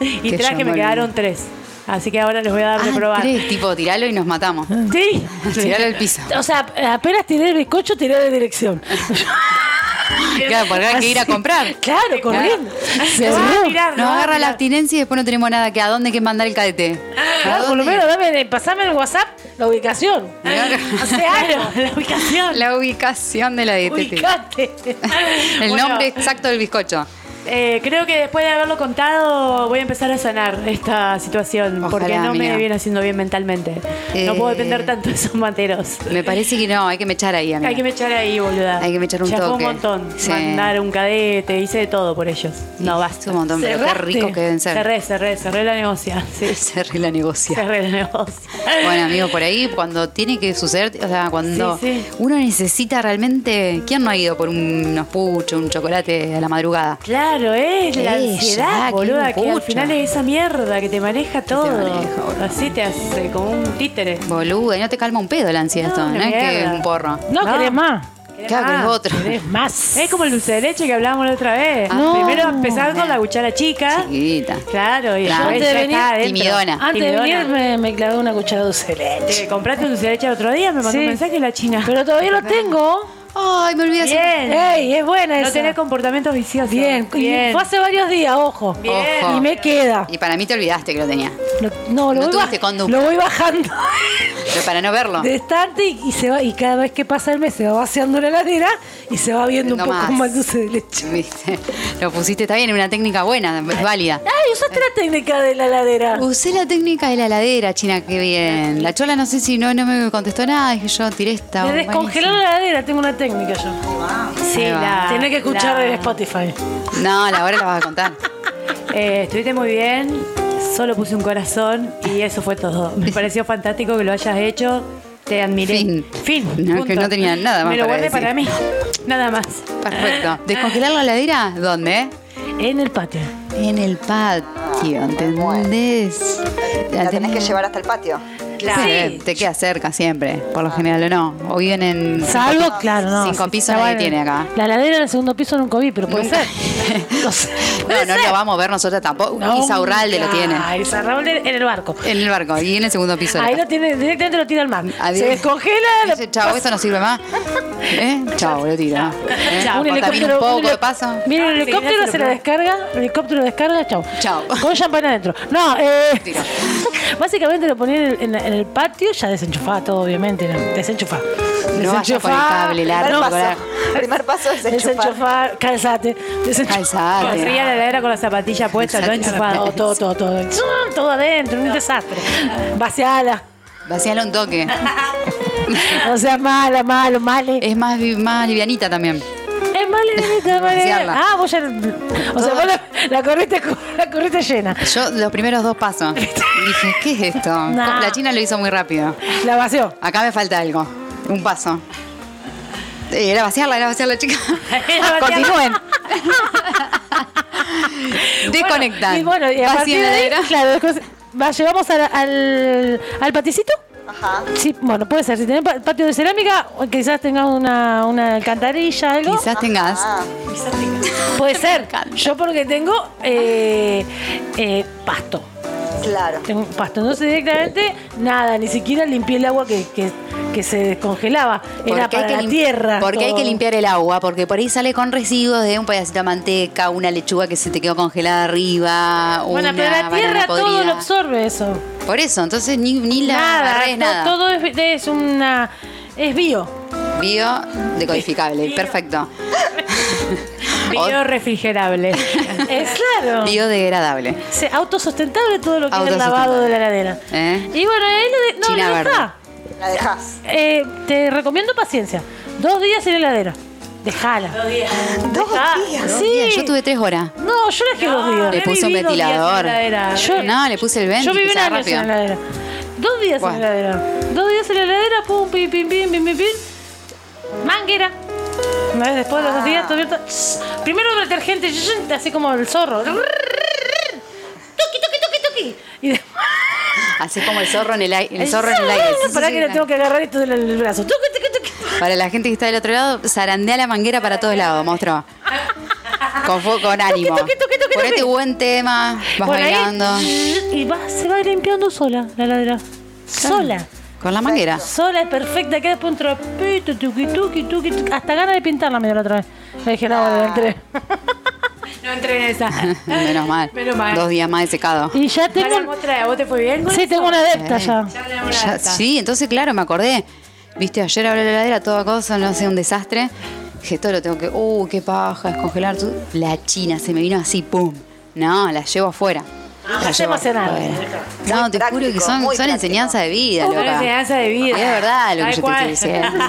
[SPEAKER 3] Y
[SPEAKER 2] Que
[SPEAKER 3] tras
[SPEAKER 2] yo
[SPEAKER 3] que me
[SPEAKER 2] me
[SPEAKER 3] quedaron
[SPEAKER 2] olvidé.
[SPEAKER 3] tres. Así que ahora les voy a dar de
[SPEAKER 2] Ah,
[SPEAKER 3] probar.
[SPEAKER 2] tres, tipo, tiralo y nos
[SPEAKER 3] <laughs>
[SPEAKER 2] matamos.
[SPEAKER 3] Sí.
[SPEAKER 2] tiralo al piso.
[SPEAKER 1] O sea, apenas tiré el bizcocho, tiré de dirección.
[SPEAKER 2] Claro, porque hay que ir a comprar.
[SPEAKER 1] Claro, corriendo.
[SPEAKER 2] Nos
[SPEAKER 3] va a
[SPEAKER 2] agarra-
[SPEAKER 3] tirar, lo
[SPEAKER 2] nos
[SPEAKER 3] va a
[SPEAKER 2] agarra la
[SPEAKER 3] tirar.
[SPEAKER 2] abstinencia y después no tenemos nada que a dónde hay que mandar el cadete.
[SPEAKER 3] Ah,
[SPEAKER 1] Claro, por lo menos dame, pasame en el WhatsApp la ubicación.
[SPEAKER 3] <laughs>
[SPEAKER 2] Mirá.
[SPEAKER 1] Hace algo.
[SPEAKER 3] la
[SPEAKER 2] <laughs>
[SPEAKER 3] ubicación.
[SPEAKER 2] La ubicación de la dietética.
[SPEAKER 1] Ubicate.
[SPEAKER 2] <laughs> El
[SPEAKER 3] Bueno.
[SPEAKER 2] nombre exacto del bizcocho.
[SPEAKER 3] Eh, creo que después de haberlo contado voy a empezar a sanar esta situación
[SPEAKER 2] Ojalá,
[SPEAKER 3] porque no
[SPEAKER 2] amiga.
[SPEAKER 3] me viene haciendo bien mentalmente.
[SPEAKER 2] Eh.
[SPEAKER 3] No puedo depender tanto de esos materos.
[SPEAKER 2] Me parece que no, hay que mechar ahí, amiga. <laughs>
[SPEAKER 3] Hay que me echar ahí, boluda.
[SPEAKER 2] Hay que me echar un
[SPEAKER 3] ya fue
[SPEAKER 2] toque.
[SPEAKER 3] un montón.
[SPEAKER 2] Sí.
[SPEAKER 3] Mandar un cadete, hice de todo por ellos. No,
[SPEAKER 2] Es
[SPEAKER 3] basta.
[SPEAKER 2] un montón, pero qué
[SPEAKER 1] Cerraste.
[SPEAKER 2] rico que deben ser.
[SPEAKER 3] Cerré, cerré, cerré la negocia. <laughs> Sí,
[SPEAKER 2] Cerré la negocia.
[SPEAKER 3] cerré la negocia.
[SPEAKER 2] Bueno, amigo, por ahí cuando tiene que suceder, o sea, cuando
[SPEAKER 3] Sí, sí.
[SPEAKER 2] uno necesita realmente, ¿quién no ha ido por un- unos puchos, un chocolate a la madrugada?
[SPEAKER 3] Claro, es la
[SPEAKER 2] Ella,
[SPEAKER 3] ansiedad,
[SPEAKER 2] qué
[SPEAKER 3] boluda, que al
[SPEAKER 2] pucha.
[SPEAKER 3] final es esa mierda que te maneja todo.
[SPEAKER 2] maneja, boluda.
[SPEAKER 3] Así te hace como un títere.
[SPEAKER 2] Boluda, y no te calma un pedo la ansiedad
[SPEAKER 3] No,
[SPEAKER 2] esto, no,
[SPEAKER 3] una
[SPEAKER 2] es que es
[SPEAKER 3] mierda.
[SPEAKER 2] un porro.
[SPEAKER 1] No,
[SPEAKER 3] No.
[SPEAKER 1] querés más.
[SPEAKER 2] Claro, que es
[SPEAKER 3] Ah,
[SPEAKER 2] otro.
[SPEAKER 1] Querés más.
[SPEAKER 3] Es como el dulce de leche que hablábamos la otra vez.
[SPEAKER 2] No.
[SPEAKER 3] Primero empezar con la cuchara chica.
[SPEAKER 2] Chiquita.
[SPEAKER 3] Claro, y
[SPEAKER 2] Claro.
[SPEAKER 3] después
[SPEAKER 1] Antes de
[SPEAKER 3] ya
[SPEAKER 1] venir,
[SPEAKER 3] está adentro.
[SPEAKER 2] timidona.
[SPEAKER 1] Antes de
[SPEAKER 3] Timidona.
[SPEAKER 1] venir me, me clavé una cuchara de dulce de leche.
[SPEAKER 3] Te eh, compraste un dulce de leche el otro día, me mandó
[SPEAKER 1] Sí.
[SPEAKER 3] un mensaje la china.
[SPEAKER 1] Pero todavía lo tengo.
[SPEAKER 2] Ay, me olvidé hacer.
[SPEAKER 3] Bien.
[SPEAKER 1] ¡Ey! Es buena esa.
[SPEAKER 3] No tenés comportamientos viciosos.
[SPEAKER 1] Bien. Y
[SPEAKER 3] Bien.
[SPEAKER 1] Fue hace varios días, ojo.
[SPEAKER 3] Bien.
[SPEAKER 2] Ojo.
[SPEAKER 1] Y me queda.
[SPEAKER 2] Oh. Y para mí te olvidaste que lo tenía.
[SPEAKER 1] Lo- no, lo,
[SPEAKER 2] No
[SPEAKER 1] voy
[SPEAKER 2] tuviste
[SPEAKER 1] baj-
[SPEAKER 2] conducta. Ah.
[SPEAKER 1] lo voy bajando
[SPEAKER 2] Pero para no verlo.
[SPEAKER 1] de estante y, y se va, y cada vez que pasa el mes se va vaciando la ladera y se va viendo un
[SPEAKER 2] No
[SPEAKER 1] poco
[SPEAKER 2] más.
[SPEAKER 1] más dulce de leche.
[SPEAKER 2] <laughs> Viste, Lo pusiste, está bien, es una técnica buena, es válida.
[SPEAKER 1] ¡Ay! Usaste la técnica de la ladera.
[SPEAKER 2] Usé la técnica de la heladera, China, qué bien. La chola no sé si no, no me contestó nada, dije yo, tiré esta.
[SPEAKER 1] De
[SPEAKER 2] buenísimo.
[SPEAKER 1] descongelar la ladera tengo una técnica yo.
[SPEAKER 3] Sí,
[SPEAKER 2] Ahí va.
[SPEAKER 3] la-
[SPEAKER 1] Tenés que escuchar
[SPEAKER 3] la-
[SPEAKER 1] en Spotify.
[SPEAKER 2] No, la hora la vas a contar.
[SPEAKER 3] Eh, estuviste muy bien, solo puse un corazón y eso fue todo.
[SPEAKER 2] <laughs>
[SPEAKER 3] Me pareció fantástico que lo hayas hecho, te admiré.
[SPEAKER 2] Fin.
[SPEAKER 3] Fin.
[SPEAKER 2] No,
[SPEAKER 3] punto.
[SPEAKER 2] que no tenía nada más
[SPEAKER 3] Me lo
[SPEAKER 2] para
[SPEAKER 3] guardé
[SPEAKER 2] decir.
[SPEAKER 3] para mí, nada más.
[SPEAKER 1] <laughs>
[SPEAKER 2] Perfecto. ¿Descongelar la heladera? ¿Dónde?
[SPEAKER 1] En el patio.
[SPEAKER 2] En el patio, ¿entendés?
[SPEAKER 4] La tenés que llevar hasta el patio.
[SPEAKER 2] Claro, eh, te queda cerca siempre, por lo general o no. O viven en.
[SPEAKER 1] Salvo, claro, no.
[SPEAKER 2] Cinco
[SPEAKER 1] si
[SPEAKER 2] pisos
[SPEAKER 1] se
[SPEAKER 2] nadie
[SPEAKER 1] van-
[SPEAKER 2] tiene acá.
[SPEAKER 1] La ladera del segundo piso nunca vi, pero puede ser. No sé.
[SPEAKER 2] No, no lo vamos a ver nosotros tampoco. y Saurralde lo tiene.
[SPEAKER 1] Ah, Isaurralde en el barco.
[SPEAKER 2] En el barco y en el segundo piso.
[SPEAKER 1] Ahí lo tiene, directamente lo tira al mar.
[SPEAKER 2] Adiós.
[SPEAKER 1] Se descongela. lo-
[SPEAKER 2] Dice, chao, esto no
[SPEAKER 1] <laughs>
[SPEAKER 2] sirve más. ¿Eh? Chao, lo tira. ¿Eh?
[SPEAKER 1] Chao,
[SPEAKER 2] Corta bien un poco de paso.
[SPEAKER 1] Mira,
[SPEAKER 3] Ah,
[SPEAKER 1] el
[SPEAKER 3] sí,
[SPEAKER 1] helicóptero
[SPEAKER 3] gracias,
[SPEAKER 1] se la
[SPEAKER 3] pero-
[SPEAKER 1] descarga, el helicóptero descarga, chau.
[SPEAKER 2] Chau.
[SPEAKER 1] Con champán adentro. No, eh.
[SPEAKER 2] Tira.
[SPEAKER 1] <laughs> Básicamente lo ponía en el, en la- en el patio, ya desenchufaba todo, obviamente. No, desenchufá.
[SPEAKER 2] No vaya con el cable largo.
[SPEAKER 4] Primer
[SPEAKER 2] coraje.
[SPEAKER 4] paso. Primer paso es enchufar.
[SPEAKER 1] Desenchufar, calzate. Desenchufar.
[SPEAKER 2] Calzate.
[SPEAKER 3] Corría la heladera con la zapatilla puesta, todo enchufado.
[SPEAKER 1] Todo, todo, todo, todo. Todo adentro, un desastre. Vaciala.
[SPEAKER 2] Vaciala un toque.
[SPEAKER 1] No sea mala, malo, male.
[SPEAKER 2] Es más, vi- más livianita también.
[SPEAKER 1] Es más livianita, más
[SPEAKER 2] Vaciarla.
[SPEAKER 1] livianita. Ah, vos ya. O sea, vos la, la corriste, cu- la corriste llena.
[SPEAKER 2] Yo los primeros
[SPEAKER 1] <laughs>
[SPEAKER 2] dos pasos. Dije, ¿qué es esto?
[SPEAKER 1] Nah.
[SPEAKER 2] La China lo hizo muy rápido.
[SPEAKER 1] La vació.
[SPEAKER 2] Acá me falta algo. Un paso. Eh, Era vaciarla, era vaciarla,
[SPEAKER 1] <laughs>
[SPEAKER 2] chica.
[SPEAKER 3] Era vaciarla.
[SPEAKER 2] Continúen.
[SPEAKER 1] Bueno,
[SPEAKER 2] Desconectan.
[SPEAKER 1] y bueno, y a partir de ahí,
[SPEAKER 2] Vaciadera.
[SPEAKER 1] claro, después, va, llevamos a la- al, al paticito.
[SPEAKER 4] Ajá.
[SPEAKER 1] Sí, bueno, puede ser. Si tenés pa- patio de cerámica, o quizás tengas una, una alcantarilla, algo.
[SPEAKER 2] Quizás tengas.
[SPEAKER 4] Ah,
[SPEAKER 1] Puede ser. Yo porque tengo eh, eh, pasto.
[SPEAKER 4] claro.
[SPEAKER 1] Tengo pasto. Entonces directamente nada, ni siquiera limpié el agua que, que, que se descongelaba. Era para la
[SPEAKER 2] lim-
[SPEAKER 1] tierra.
[SPEAKER 2] Porque hay
[SPEAKER 1] todo.
[SPEAKER 2] que limpiar el agua, porque por ahí sale con residuos de un pedacito de manteca, una lechuga que se te quedó congelada arriba,
[SPEAKER 1] Bueno,
[SPEAKER 2] una
[SPEAKER 1] pero la tierra
[SPEAKER 2] banana
[SPEAKER 1] todo
[SPEAKER 2] podrida.
[SPEAKER 1] lo absorbe eso.
[SPEAKER 2] Por eso, entonces ni, ni la
[SPEAKER 1] nada,
[SPEAKER 2] agarrés,
[SPEAKER 1] to-
[SPEAKER 2] nada.
[SPEAKER 1] todo es, es una es bio.
[SPEAKER 2] Bio decodificable, perfecto.
[SPEAKER 3] Video
[SPEAKER 2] <laughs>
[SPEAKER 3] refrigerable.
[SPEAKER 1] Es claro.
[SPEAKER 2] Biodegradable.
[SPEAKER 1] Se- autosustentable todo lo que es el lavado
[SPEAKER 2] Autosustentable.
[SPEAKER 1] de la heladera.
[SPEAKER 2] ¿Eh?
[SPEAKER 1] Y bueno, ahí lo de- no,
[SPEAKER 2] China
[SPEAKER 1] lo
[SPEAKER 2] verde.
[SPEAKER 1] dejá.
[SPEAKER 4] La dejás.
[SPEAKER 1] Eh, te recomiendo paciencia. Dos días en heladera. Dejala. Dos días.
[SPEAKER 4] Dos días.
[SPEAKER 1] Sí.
[SPEAKER 2] Mira, yo tuve tres horas.
[SPEAKER 1] No, yo dejé dos días.
[SPEAKER 2] Le puse un ventilador.
[SPEAKER 1] Yo-
[SPEAKER 2] no, le puse el venti,
[SPEAKER 1] Yo viví
[SPEAKER 2] que
[SPEAKER 1] un
[SPEAKER 2] sea
[SPEAKER 1] año
[SPEAKER 2] rápido.
[SPEAKER 1] en la heladera. Dos días
[SPEAKER 2] Guau.
[SPEAKER 1] en la heladera. Dos días en la heladera, pum, pim, pim, pim, pim, pim, pim. Manguera. Una vez después de los dos días, todo abierto. Tss. Primero el detergente, yun, así como el zorro. Tuki, tuki, tuki, tuki. Y después.
[SPEAKER 2] Así como el zorro en el aire. El zorro en el aire.
[SPEAKER 1] <laughs>
[SPEAKER 2] Sí, sí,
[SPEAKER 1] Pará
[SPEAKER 2] sí,
[SPEAKER 1] que le tengo que agarrar esto del del brazo. Tuki, tuki, tuki.
[SPEAKER 2] Para la gente que está del otro lado, zarandea la manguera para todos lados, monstruo. Con, fo- con ánimo.
[SPEAKER 1] toqui, toqui, toqui,
[SPEAKER 2] Ponete
[SPEAKER 1] toqui.
[SPEAKER 2] buen tema, vas
[SPEAKER 1] Por ahí,
[SPEAKER 2] bailando.
[SPEAKER 1] tss, y va, se va limpiando sola la ladera. Sola.
[SPEAKER 2] Con la manguera.
[SPEAKER 1] Sola es perfecta, queda después un trapito, tuqui, tuqui, tuqui, tuqui. Hasta ganas de pintarla me "Ah, dio la otra vez. Le dije, no, no, entré.
[SPEAKER 3] No entré en esa.
[SPEAKER 2] <laughs> Menos mal.
[SPEAKER 3] Menos mal.
[SPEAKER 2] Dos días más de secado.
[SPEAKER 1] Y ya
[SPEAKER 3] Para
[SPEAKER 1] tengo.
[SPEAKER 3] mostrar, ¿vos te fue bien? con
[SPEAKER 1] Sí,
[SPEAKER 3] eso?
[SPEAKER 1] tengo una adepta ya.
[SPEAKER 3] Ya tenemos una
[SPEAKER 2] Ya-
[SPEAKER 3] alta.
[SPEAKER 2] sí, entonces claro, me acordé. Viste, ayer abrí la heladera, toda cosa, no sé, un desastre. Dije, todo lo tengo que, uh, qué paja, descongelar. tu-". La china se me vino así, pum. No, la llevo afuera.
[SPEAKER 3] Ah,
[SPEAKER 2] La
[SPEAKER 1] Hace emocionar.
[SPEAKER 2] afuera. No, te juro que
[SPEAKER 4] práctico,
[SPEAKER 2] son,
[SPEAKER 4] muy
[SPEAKER 2] son
[SPEAKER 4] práctico.
[SPEAKER 2] enseñanzas de vida,
[SPEAKER 3] Una
[SPEAKER 2] loca.
[SPEAKER 3] enseñanza de vida.
[SPEAKER 2] Es verdad lo
[SPEAKER 3] Tal
[SPEAKER 2] que yo te
[SPEAKER 3] cual.
[SPEAKER 2] estoy
[SPEAKER 3] <laughs>
[SPEAKER 2] diciendo.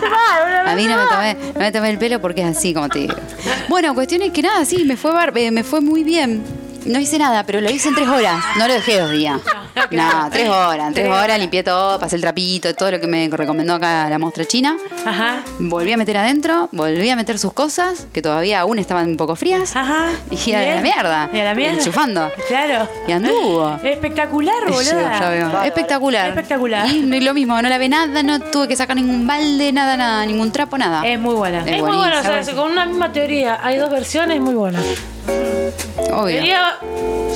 [SPEAKER 2] A mí no me, tomé, no me tomé el pelo porque es así como te digo. Bueno, cuestión es que nada, sí, me fue, bar- eh, me fue muy bien. No hice nada, pero lo hice en tres horas. No lo dejé dos
[SPEAKER 3] <laughs>
[SPEAKER 2] días. No, tres horas. En tres horas limpié todo, pasé el trapito, todo lo que me recomendó acá la mostra china.
[SPEAKER 3] Ajá.
[SPEAKER 2] Volví a meter adentro, volví a meter sus cosas, que todavía aún estaban un poco frías.
[SPEAKER 3] Ajá.
[SPEAKER 2] Y a la
[SPEAKER 3] Bien.
[SPEAKER 2] mierda.
[SPEAKER 3] Y a la mierda.
[SPEAKER 2] Enchufando.
[SPEAKER 3] Claro.
[SPEAKER 2] Y
[SPEAKER 3] <laughs>
[SPEAKER 2] anduvo.
[SPEAKER 3] Espectacular,
[SPEAKER 2] Yo-
[SPEAKER 3] boluda.
[SPEAKER 2] yo veo.
[SPEAKER 4] Bárbaro.
[SPEAKER 2] Espectacular.
[SPEAKER 3] Espectacular.
[SPEAKER 2] Y no- y lo mismo, no lavé nada, no tuve que sacar ningún balde, nada, nada, ningún trapo, nada.
[SPEAKER 3] Es muy buena.
[SPEAKER 2] Eh,
[SPEAKER 1] Es muy bueno, o sea,
[SPEAKER 2] buenísimo.
[SPEAKER 1] con una misma teoría. Hay dos versiones muy buenas.
[SPEAKER 2] Obvio.
[SPEAKER 1] Teoría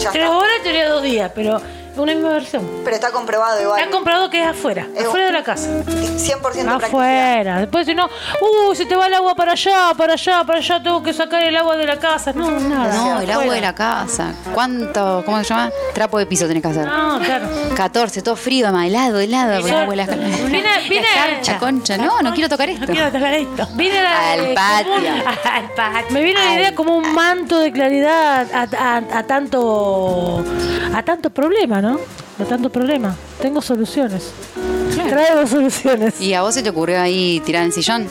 [SPEAKER 4] Ya
[SPEAKER 1] tres
[SPEAKER 4] está.
[SPEAKER 1] horas, teoría dos días, pero una misma versión.
[SPEAKER 4] Pero está comprobado igual.
[SPEAKER 1] Está comprobado que es afuera,
[SPEAKER 4] Es
[SPEAKER 1] afuera de la casa.
[SPEAKER 4] 100% práctica.
[SPEAKER 1] Afuera. Después si no, uh, se te va el agua para allá, para allá, para allá, tengo que sacar el agua de la casa. No, nada.
[SPEAKER 2] No, el agua
[SPEAKER 1] afuera.
[SPEAKER 2] de la casa. ¿Cuánto, cómo se llama? Trapo de piso tenés que
[SPEAKER 3] Ah.
[SPEAKER 2] hacer.
[SPEAKER 1] No, claro.
[SPEAKER 2] 14, todo frío, además, helado, helado. con el agua de la casa. <laughs>
[SPEAKER 1] Vine, vine,
[SPEAKER 2] La concha, no, no quiero tocar esto.
[SPEAKER 3] No quiero tocar esto.
[SPEAKER 1] <laughs> vine la-
[SPEAKER 2] Al
[SPEAKER 1] eh,
[SPEAKER 2] patio.
[SPEAKER 1] como un-
[SPEAKER 3] Al patio.
[SPEAKER 1] Me vino la idea como un manto de claridad a, a- a tanto a tanto problema, ¿no? A tanto problema. Tengo soluciones. Traigo soluciones.
[SPEAKER 2] ¿Y a vos se te ocurrió ahí tirar en el sillón?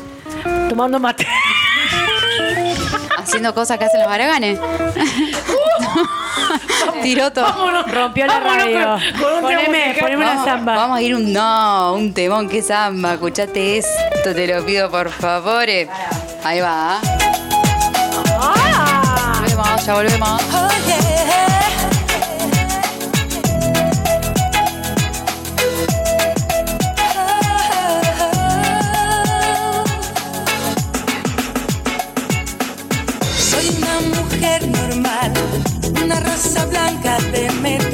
[SPEAKER 1] Tomando mate.
[SPEAKER 2] Haciendo cosas que hacen los <laughs> baraganes. Tiró todo.
[SPEAKER 3] Rompió la
[SPEAKER 1] Vámonos
[SPEAKER 3] radio.
[SPEAKER 1] con- con un tema
[SPEAKER 3] Poneme,
[SPEAKER 1] musical.
[SPEAKER 3] poneme una
[SPEAKER 2] Vamos-
[SPEAKER 3] zamba.
[SPEAKER 2] Vamos a ir un no, un temón que zamba. Escuchate esto, te lo pido por favor. Ahí va. Volvemos, ya volvemos.
[SPEAKER 5] blanca te metes.